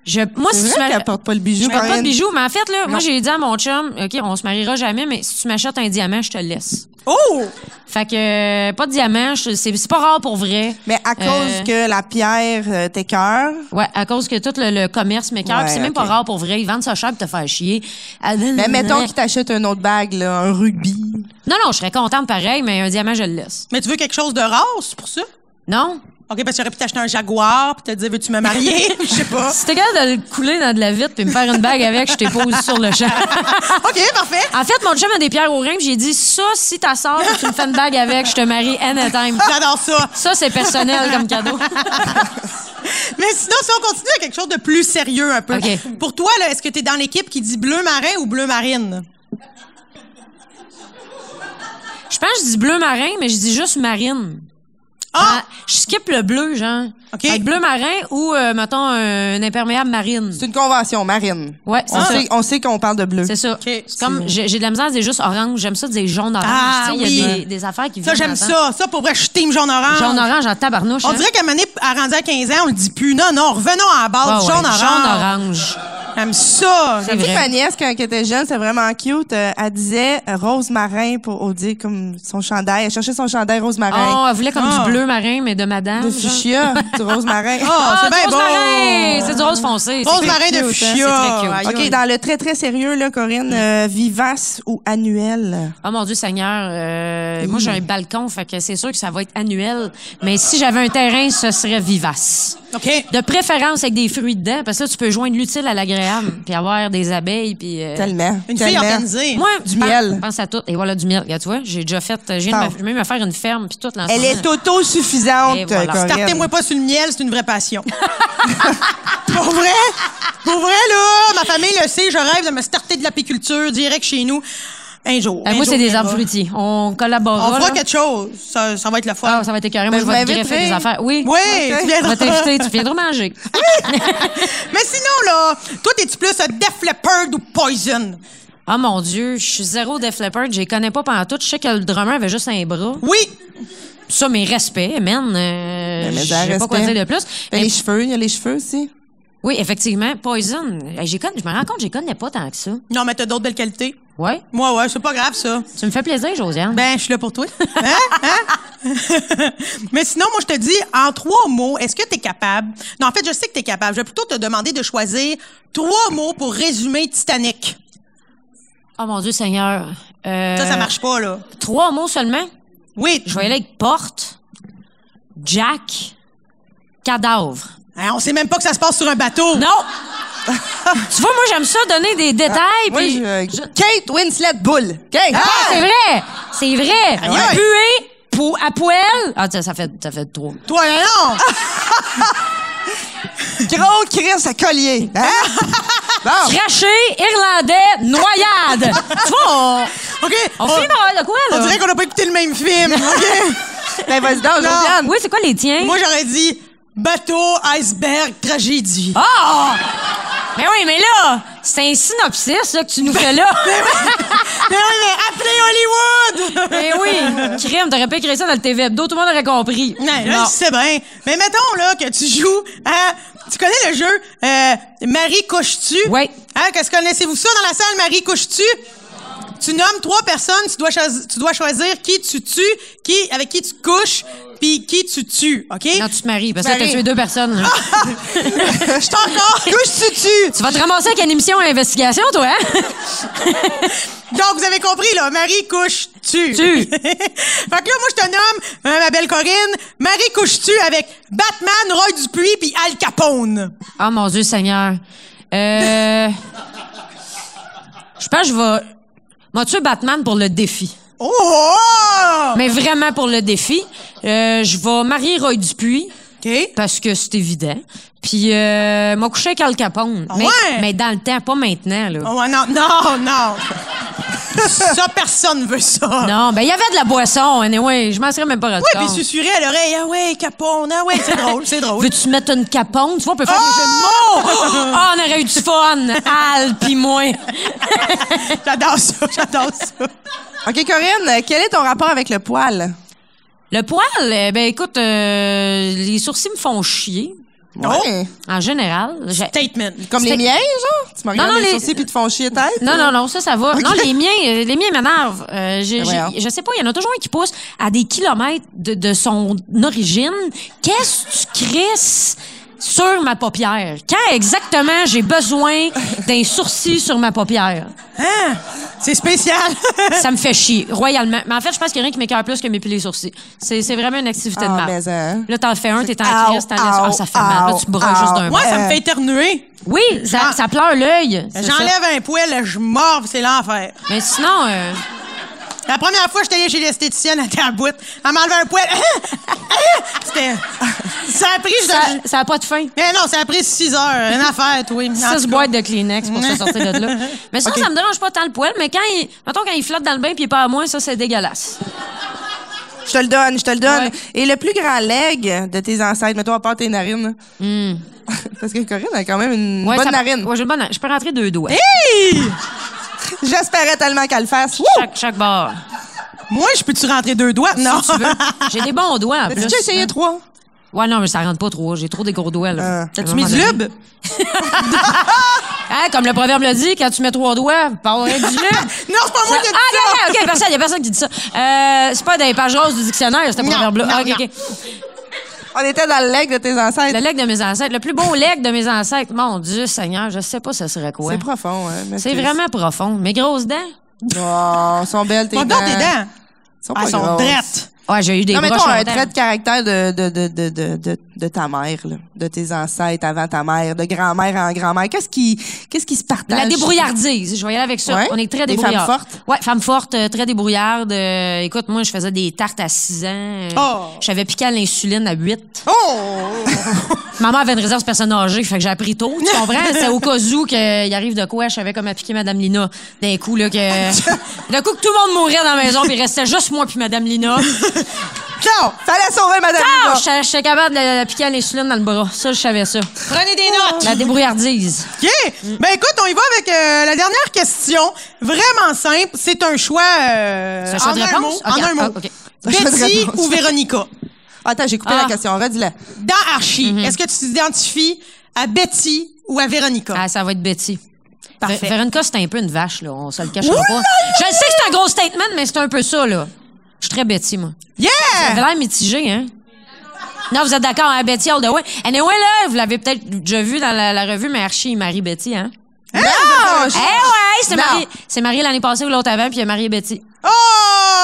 Speaker 8: Je, moi, si
Speaker 3: C'est
Speaker 8: tu
Speaker 3: vrai
Speaker 8: m'as-
Speaker 3: qu'elle porte pas le bijou
Speaker 8: je porte
Speaker 3: quand
Speaker 8: pas de
Speaker 3: même.
Speaker 8: bijoux, mais en fait, là,
Speaker 3: Non.
Speaker 8: moi, j'ai dit à mon chum, OK, on se mariera jamais, mais si tu m'achètes un diamant, je te le laisse.
Speaker 4: Oh!
Speaker 8: Fait que, euh, pas de diamant, je- c'est c'est pas rare pour vrai.
Speaker 3: Mais à cause
Speaker 8: Euh,
Speaker 3: que la pierre euh, t'écœure,
Speaker 8: Ouais, à cause que tout le, le commerce m'écœure,
Speaker 3: Ouais,
Speaker 8: puis c'est même
Speaker 3: ok.
Speaker 8: pas rare pour vrai. Ils vendent ça cher pour te faire chier. Ah,
Speaker 3: ben, mettons qu'il t'achète un autre bague, là, un rubis.
Speaker 8: Non, non, je serais contente pareil, mais un diamant, je le laisse.
Speaker 4: Mais tu veux quelque chose de rare, c'est pour ça?
Speaker 8: Non?
Speaker 4: OK, parce que j'aurais pu t'acheter un jaguar, puis te dire, veux-tu me marier? Je sais pas.
Speaker 8: Si t'es capable de le couler dans de la vitre puis me faire une bague avec, je t'épose sur le champ.
Speaker 4: OK, parfait.
Speaker 8: En fait, mon chum a des pierres au rein, puis j'ai dit ça, si ta sœur, tu me fais une bague avec, je te marie anytime.
Speaker 4: J'adore ça.
Speaker 8: Ça, c'est personnel comme cadeau.
Speaker 4: Mais sinon, si on continue à quelque chose de plus sérieux un peu.
Speaker 8: OK.
Speaker 4: Pour toi, là, est-ce que tu es dans l'équipe qui dit bleu marin ou bleu marine?
Speaker 8: Je pense que je dis bleu marin, mais je dis juste marine.
Speaker 4: Ah!
Speaker 8: Ah, je skip le bleu, genre.
Speaker 4: OK.
Speaker 8: Fait que bleu marin ou, euh, mettons, un imperméable marine.
Speaker 3: C'est Ah, une convention marine.
Speaker 8: Ouais, c'est
Speaker 3: On
Speaker 8: ça.
Speaker 3: sait, on sait qu'on parle de bleu.
Speaker 8: C'est ça. C'est comme,
Speaker 3: C'est-
Speaker 8: j'ai j'ai de la misère à dire juste orange. J'aime ça dire jaune-orange.
Speaker 4: Ah,
Speaker 8: tu sais, il y a
Speaker 4: oui.
Speaker 8: des, des affaires qui
Speaker 4: Ça,
Speaker 8: viennent
Speaker 4: j'aime
Speaker 8: dans
Speaker 4: ça. Ça, pour vrai, je suis team
Speaker 8: le
Speaker 4: jaune-orange.
Speaker 8: temps. Jaune-orange en tabarnouche.
Speaker 4: On
Speaker 8: hein.
Speaker 4: dirait qu'à un moment donné, à rendu à 15 ans, on le dit plus. Non, non, revenons à la base.
Speaker 8: Ah ouais,
Speaker 4: jaune-orange.
Speaker 8: jaune-orange.
Speaker 4: J'aime ça.
Speaker 8: C'est
Speaker 3: Tu sais,
Speaker 8: vrai.
Speaker 3: ma nièce, quand elle était jeune, c'était vraiment cute. euh, Elle disait euh, rose marin pour au dire comme son chandail. Elle cherchait son chandail rose
Speaker 8: Oh,
Speaker 3: marin.
Speaker 8: elle voulait comme
Speaker 4: Ah.
Speaker 8: du bleu marin, mais de madame.
Speaker 3: de
Speaker 8: genre.
Speaker 3: fuchsia, du rose marin.
Speaker 4: Ah, c'est
Speaker 8: Ah,
Speaker 4: bien
Speaker 8: du rose
Speaker 4: bon.
Speaker 8: marin! C'est du rose foncé. c'est
Speaker 4: Rose
Speaker 8: cute.
Speaker 4: marin
Speaker 3: cute,
Speaker 4: de
Speaker 3: hein,
Speaker 4: fuchsia. Ah,
Speaker 8: c'est très cute.
Speaker 4: Aïe, aïe.
Speaker 3: OK, dans le très, très sérieux, là,
Speaker 8: Mm.
Speaker 3: Corinne, euh, vivace ou annuel?
Speaker 8: Oh mon Dieu Seigneur, euh, moi
Speaker 4: Mm.
Speaker 8: j'ai un balcon, fait que c'est sûr que ça va être annuel. Mais si j'avais un terrain, ce serait vivace.
Speaker 4: OK.
Speaker 8: De préférence avec des fruits dedans, parce que là tu peux joindre l'utile à l'agréable, puis avoir des abeilles, puis. euh,
Speaker 3: Tellement.
Speaker 4: Une fille
Speaker 3: tellement.
Speaker 4: organisée.
Speaker 8: Moi, ah,
Speaker 3: Du
Speaker 8: je pense-
Speaker 3: miel.
Speaker 8: je Pense à tout. Et voilà du miel. Regarde, tu vois, j'ai déjà fait. euh, J'ai
Speaker 3: Ah.
Speaker 8: même me faire une ferme puis tout. l'ensemble.
Speaker 3: Elle est
Speaker 8: ah, Et
Speaker 3: autosuffisante,
Speaker 8: voilà.
Speaker 3: Corinne.
Speaker 4: Startez-moi pas sur le miel, c'est une vraie passion. pour vrai? Pour vrai, là, ma famille le sait, je rêve de me starter de l'apiculture direct chez nous un jour.
Speaker 8: Euh,
Speaker 4: Un
Speaker 8: moi
Speaker 4: jour,
Speaker 8: c'est des
Speaker 4: viendra.
Speaker 8: arbres fruitiers. On
Speaker 4: On
Speaker 8: collabore.
Speaker 4: fera quelque chose. Ça, ça va être le fun.
Speaker 8: Ah, ça va être écœurant.
Speaker 3: Ben,
Speaker 8: Moi je
Speaker 3: vous
Speaker 8: vais te
Speaker 3: m'inviterez.
Speaker 8: greffer des affaires. Oui.
Speaker 4: Oui, tu
Speaker 8: On
Speaker 4: viendras.
Speaker 8: va t'inviter. Tu viendras manger.
Speaker 4: Mais sinon, là, toi, t'es-tu plus euh, Def Leppard ou Poison?
Speaker 8: Ah mon Dieu, je suis zéro Def Leppard. Je les connais pas pantoute. Je sais que le drummer avait juste un bras.
Speaker 4: Oui.
Speaker 8: Ça, mes respects, man. Euh,
Speaker 3: Ben, mais
Speaker 8: je
Speaker 3: un
Speaker 8: sais pas quoi
Speaker 3: respect.
Speaker 8: dire de
Speaker 3: Ben,
Speaker 8: plus. Mais-
Speaker 3: les cheveux, il y a les cheveux aussi.
Speaker 8: oui, effectivement, Poison. euh, j'y con- Je me rends compte, je les connais pas tant que ça.
Speaker 4: Non, mais t'as d'autres belles qualités.
Speaker 8: Ouais.
Speaker 4: Moi, ouais, c'est pas grave, ça.
Speaker 8: Tu me fais plaisir, Josiane.
Speaker 4: Ben, je suis là pour toi. Hein? Hein? Mais sinon, moi, je te dis, en trois mots, est-ce que tu es capable? Non, en fait, je sais que tu es capable. Je vais plutôt te demander de choisir trois mots pour résumer Titanic.
Speaker 8: oh mon Dieu, Seigneur. Euh,
Speaker 4: Ça, ça marche pas, là.
Speaker 8: Trois mots seulement.
Speaker 4: Oui.
Speaker 8: Je vais aller avec porte, Jack, cadavre.
Speaker 4: Hein, on sait même pas que ça se passe sur un bateau.
Speaker 8: Non! tu vois, moi, j'aime ça donner des détails.
Speaker 3: Moi,
Speaker 8: puis-
Speaker 3: je- Kate Winslet Bull. Kate!
Speaker 8: Ah, c'est vrai! C'est vrai!
Speaker 4: Aïe, aïe.
Speaker 8: Puer, pou, à poêle. Ah, tiens, ça fait, ça fait trois.
Speaker 4: Toi, hein, non!
Speaker 3: Gros Chris à collier. Hein? bon.
Speaker 8: Craché, irlandais, noyade. tu vois, on,
Speaker 4: OK.
Speaker 8: on finit par avoir de quoi, là?
Speaker 4: on dirait qu'on n'a pas écouté le même film. OK.
Speaker 3: Ben, vas-y donc,
Speaker 4: Non.
Speaker 3: Josiane.
Speaker 8: Oui, c'est quoi les tiens?
Speaker 4: moi, j'aurais dit bateau, iceberg, tragédie.
Speaker 8: Ah! Mais oui, mais là, c'est un synopsis là, que tu nous fais là.
Speaker 4: Non, mais appelez Hollywood!
Speaker 8: mais Ben Eh oui, crime, t'aurais pas écrit ça dans le TV Hebdo, tout le monde aurait compris.
Speaker 4: Non, là,
Speaker 8: Non.
Speaker 4: je sais bien. Mais mettons, là, que tu joues à... Tu connais le jeu euh, Marie couche-tu?
Speaker 8: Oui.
Speaker 4: Hein, qu'est-ce que connaissez-vous ça dans la salle, Marie couche-tu? Tu nommes trois personnes, tu dois, choisi- tu dois choisir qui tu tues, qui, avec qui tu couches, puis qui tu tues, OK?
Speaker 8: Non, tu te maries, parce que
Speaker 4: Tu
Speaker 8: là, t'as
Speaker 4: maries.
Speaker 8: tué deux personnes. là.
Speaker 4: Ah! Je suis encore couche-tu-tu.
Speaker 8: Tu vas te ramasser avec une émission à investigation, toi, hein?
Speaker 4: Donc, vous avez compris, là, Marie couche-tu.
Speaker 8: Tu.
Speaker 4: fait que là, moi, je te nomme, euh, ma belle Corinne, Marie couche-tu avec Batman, Roy Dupuis, puis Al Capone.
Speaker 8: Oh mon Dieu Seigneur. Euh... Je pense que je vais... Moi, tuer Batman pour le défi.
Speaker 4: Oh! oh!
Speaker 8: Mais vraiment pour le défi. Euh, je vais marier Roy Dupuis.
Speaker 4: OK.
Speaker 8: Parce que c'est évident. Puis, euh, m'a couché avec Al Capone.
Speaker 4: Ah
Speaker 8: mais,
Speaker 4: ouais?
Speaker 8: mais dans le temps, pas maintenant, là.
Speaker 4: Oh, ouais, non, non, non. ça, personne veut ça.
Speaker 8: Non, ben, il y avait de la boisson, anyway. Je m'en serais même pas rendu
Speaker 4: Oui, puis
Speaker 8: compte.
Speaker 4: susurrer à l'oreille. Ah ouais, Capone, ah ouais, c'est drôle, c'est drôle.
Speaker 8: Veux-tu mettre une capone? Tu vois, on peut faire des jeux de mots.
Speaker 4: Oh!
Speaker 8: Ah, on aurait eu du fun, Al, puis moi.
Speaker 4: J'adore ça, j'adore ça.
Speaker 3: OK, Corinne, euh, quel est ton rapport avec le poil?
Speaker 8: Le poil, eh ben écoute, euh, les sourcils me font chier.
Speaker 3: Ouais.
Speaker 8: En général, j'ai-
Speaker 4: Oh, Statement.
Speaker 3: Comme les
Speaker 8: C'était-
Speaker 3: miens, genre? Tu me regardes
Speaker 8: non,
Speaker 3: les
Speaker 8: les-
Speaker 3: sourcils puis te font chier tête?
Speaker 8: Non, non, non, ça, ça va. Non, les miens, euh, les miens m'énervent. Euh, j'ai-
Speaker 3: Ben voyons.
Speaker 8: j'ai- je sais pas, il y en a toujours un qui pousse à des kilomètres de, de son origine. Qu'est-ce que tu crisses sur ma paupière? Quand exactement j'ai besoin d'un sourcil sur ma paupière? Hein?
Speaker 4: C'est spécial.
Speaker 8: Ça me fait chier, royalement. Mais en fait, je pense qu'il y a rien qui m'écœure plus que m'épiler les sourcils. C'est c'est vraiment une activité
Speaker 3: Ah,
Speaker 8: de mal.
Speaker 3: mais,
Speaker 4: hein.
Speaker 3: euh,
Speaker 8: Là, t'en fais un, t'es
Speaker 3: Ow,
Speaker 8: en crise, t'en laisses un. Ah, ça fait
Speaker 3: ow,
Speaker 8: mal. Là, tu broches
Speaker 3: ow,
Speaker 8: juste d'un
Speaker 4: Moi,
Speaker 8: bras.
Speaker 4: ça me
Speaker 3: Euh,
Speaker 4: fait éternuer.
Speaker 8: Oui, ça,
Speaker 4: j'en-
Speaker 8: ça pleure l'œil. c'est ça.
Speaker 4: Ah. Ben, J'enlève un poil, je morve, c'est l'enfer.
Speaker 8: Mais sinon... euh,
Speaker 4: La première fois que j'étais allée chez l'esthéticienne, elle était à bout. Elle m'enlevait un poil. C'était. Ça a pris.
Speaker 8: Ça n'a pas de fin.
Speaker 4: Mais non, ça a pris six heures. Une affaire, toi. En tout
Speaker 8: 6
Speaker 4: cas.
Speaker 8: boîtes de Kleenex pour se sortir de là. Mais ça, ça me dérange pas tant le poil, mais quand il, mettons, quand il flotte dans le bain puis il est pas à moi, ça, c'est dégueulasse.
Speaker 3: Je te le donne, je te le donne.
Speaker 8: Ouais.
Speaker 3: Et le plus grand leg de tes ancêtres, mettons à part tes narines. Parce que Corinne a quand même une
Speaker 8: Hmm. Ouais,
Speaker 3: bonne
Speaker 8: ça-
Speaker 3: narine.
Speaker 8: Ouais, j'ai une bonne narine. Je peux rentrer deux doigts.
Speaker 3: J'espérais tellement qu'elle le fasse. Wouh!
Speaker 8: Chaque, chaque barre.
Speaker 4: Moi, je peux-tu rentrer deux doigts? Non.
Speaker 8: Si tu veux. J'ai des bons doigts, en
Speaker 3: As-tu
Speaker 8: plus.
Speaker 3: déjà essayé trois?
Speaker 8: Ouais, non, mais ça rentre pas trop. J'ai trop des gros doigts, là.
Speaker 3: Euh,
Speaker 4: T'as-tu mis du lube?
Speaker 8: Ah, comme le proverbe le dit, quand tu mets trois doigts, parle du lube.
Speaker 4: Non, c'est pas
Speaker 8: Ça-
Speaker 4: moi qui ai dit
Speaker 8: ah,
Speaker 4: ça.
Speaker 8: non, non, OK, personne, il y a personne qui dit ça. Euh, c'est pas dans les pages roses du dictionnaire, ce
Speaker 4: Non,
Speaker 8: proverbe-là.
Speaker 4: non,
Speaker 8: Ah, OK,
Speaker 4: non.
Speaker 8: OK.
Speaker 3: On était dans le leg de tes ancêtres.
Speaker 8: Le leg de mes ancêtres, le plus beau leg de mes ancêtres. Mon Dieu, Seigneur, je sais pas ce serait quoi.
Speaker 3: C'est profond, hein. mais
Speaker 8: C'est
Speaker 3: t'es-
Speaker 8: vraiment profond. Mes grosses dents?
Speaker 3: Oh, sont belles tes
Speaker 4: Mon
Speaker 3: dents.
Speaker 4: dents, tes dents. Ah,
Speaker 3: Sont pas
Speaker 4: Elles sont
Speaker 3: grosses.
Speaker 4: drettes.
Speaker 8: Ouais, j'ai eu des
Speaker 3: Non,
Speaker 8: broches
Speaker 3: mettons euh, un
Speaker 8: longtemps.
Speaker 3: trait de caractère de, de, de, de, de, de, de ta mère, là. de tes ancêtres avant ta mère, de grand-mère en grand-mère. Qu'est-ce qui, qu'est-ce qui se partage?
Speaker 8: La débrouillardise, je vais y aller avec ça.
Speaker 3: Ouais.
Speaker 8: On est très
Speaker 3: Des
Speaker 8: débrouillards.
Speaker 3: femmes fortes?
Speaker 8: Ouais, femmes fortes, euh, très débrouillardes. Euh, écoute, moi, je faisais des tartes à 6 ans. Euh,
Speaker 4: Oh!
Speaker 8: J'avais piqué à l'insuline à 8.
Speaker 4: Oh!
Speaker 8: Maman avait une réserve personne âgée, fait que j'ai appris tôt, tu comprends? C'était au cas où qu'il arrive de quoi, je savais comment piquer Madame Lina. D'un coup, là, que... D'un coup, que tout le monde mourait dans la maison, puis il restait juste moi puis Madame Lina.
Speaker 3: Non! Fallait sauver madame!
Speaker 8: Ah,
Speaker 3: Lina.
Speaker 8: je savais- j'étais capable de la piquer à l'insuline dans le bras. Ça, je savais ça.
Speaker 4: Prenez des notes.
Speaker 8: La débrouillardise.
Speaker 4: OK. Ben écoute, on y va avec euh, la dernière question. Vraiment simple. C'est un choix, euh,
Speaker 8: C'est un choix
Speaker 4: en,
Speaker 8: de
Speaker 4: un mot,
Speaker 8: réponse?
Speaker 4: en
Speaker 8: Ok,
Speaker 4: un mot.
Speaker 8: ah, ok.
Speaker 3: Un choix de
Speaker 4: Betty
Speaker 3: réponse.
Speaker 4: ou Véronica?
Speaker 3: Attends, j'ai coupé
Speaker 8: Ah.
Speaker 3: la question. Redis-la.
Speaker 4: Dans Archie,
Speaker 8: Mm-hmm.
Speaker 4: est-ce que tu t'identifies à Betty ou à Véronica?
Speaker 8: Ah, ça va être Betty.
Speaker 4: Parfait.
Speaker 8: Vé- Véronica, c'est un peu une vache, là. On se le cachera pas. Je le sais que c'est un gros statement, mais c'est un peu ça, là. Je suis très Betty, moi. Vous
Speaker 4: yeah!
Speaker 8: avez l'air mitigé, hein? Non, vous êtes d'accord, hein, Betty all the way. Anyway, là, vous l'avez peut-être déjà vu dans la, la revue, mais Archie, il marie Betty, hein?
Speaker 3: Non!
Speaker 4: Ah!
Speaker 8: Eh ouais, c'est
Speaker 3: Non.
Speaker 8: marié, c'est marié l'année passée ou l'autre avant, puis il a marié Betty.
Speaker 4: Oh!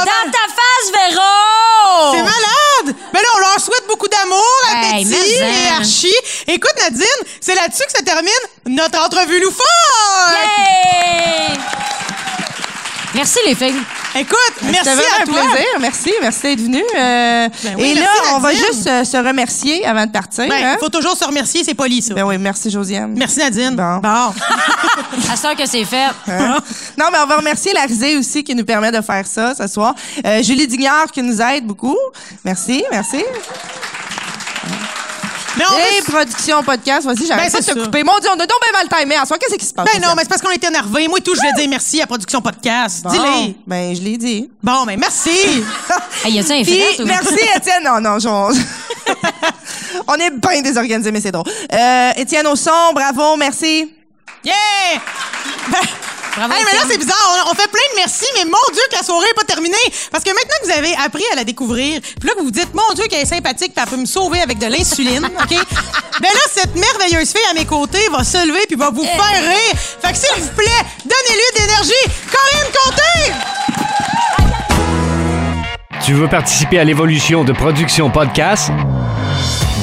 Speaker 8: Dans ta face, Véro!
Speaker 4: C'est malade! Mais là, on leur souhaite beaucoup d'amour à
Speaker 8: Hey,
Speaker 4: Betty
Speaker 8: mais
Speaker 4: et
Speaker 8: en.
Speaker 4: Archie. Écoute, Nadine, c'est là-dessus que se termine notre entrevue loufoque!
Speaker 8: Yay! Merci, les filles.
Speaker 4: Écoute, merci
Speaker 3: C'était vraiment
Speaker 4: à
Speaker 3: un
Speaker 4: toi.
Speaker 3: plaisir. Merci, merci d'être venu. Euh,
Speaker 4: Ben oui,
Speaker 3: et
Speaker 4: merci,
Speaker 3: là, on va
Speaker 4: Nadine.
Speaker 3: juste euh, se remercier avant de partir.
Speaker 4: Ben,
Speaker 3: hein?
Speaker 4: faut toujours se remercier, c'est poli, ça.
Speaker 3: Ben oui, merci Josiane.
Speaker 4: Merci, Nadine.
Speaker 3: Bon.
Speaker 8: À ce que c'est fait.
Speaker 3: Hein? non, mais on va remercier la risée aussi qui nous permet de faire ça ce soir. Euh, Julie Dignard qui nous aide beaucoup. Merci, merci.
Speaker 4: Mais on
Speaker 3: Et
Speaker 4: veut-
Speaker 3: production podcast, voici,
Speaker 4: Ben,
Speaker 3: j'arrête pas de
Speaker 4: c'est
Speaker 3: te
Speaker 4: ça.
Speaker 3: couper. Mon Dieu, on a donc bien mal timé. En soi, qu'est-ce qui se passe?
Speaker 4: Ben non, mais c'est parce qu'on était énervés. Moi, et tout, je vais dire merci à Production Podcast.
Speaker 3: Bon,
Speaker 4: Dis-le.
Speaker 3: Ben, je l'ai dit.
Speaker 4: Bon, ben merci.
Speaker 8: Hey, Ah, y a-t-il un
Speaker 3: Puis,
Speaker 8: fait, ou-
Speaker 3: merci, Étienne. Non, non, je- on est bien désorganisé, mais c'est drôle. Euh, Étienne au son, bravo, merci.
Speaker 4: yeah! Ben,
Speaker 8: Bravo,
Speaker 4: hey, mais là,
Speaker 8: Étienne.
Speaker 4: c'est bizarre. On, on fait plein de merci, mais mon Dieu, que la soirée n'est pas terminée. Parce que maintenant que vous avez appris à la découvrir, puis là que vous vous dites, mon Dieu, qu'elle est sympathique, puis elle peut me sauver avec de l'insuline, OK? ben là, cette merveilleuse fille à mes côtés va se lever puis va vous faire rire. Fait que s'il vous plaît, donnez-lui d'énergie. Corinne Comté!
Speaker 7: Tu veux participer à l'évolution de Production Podcast?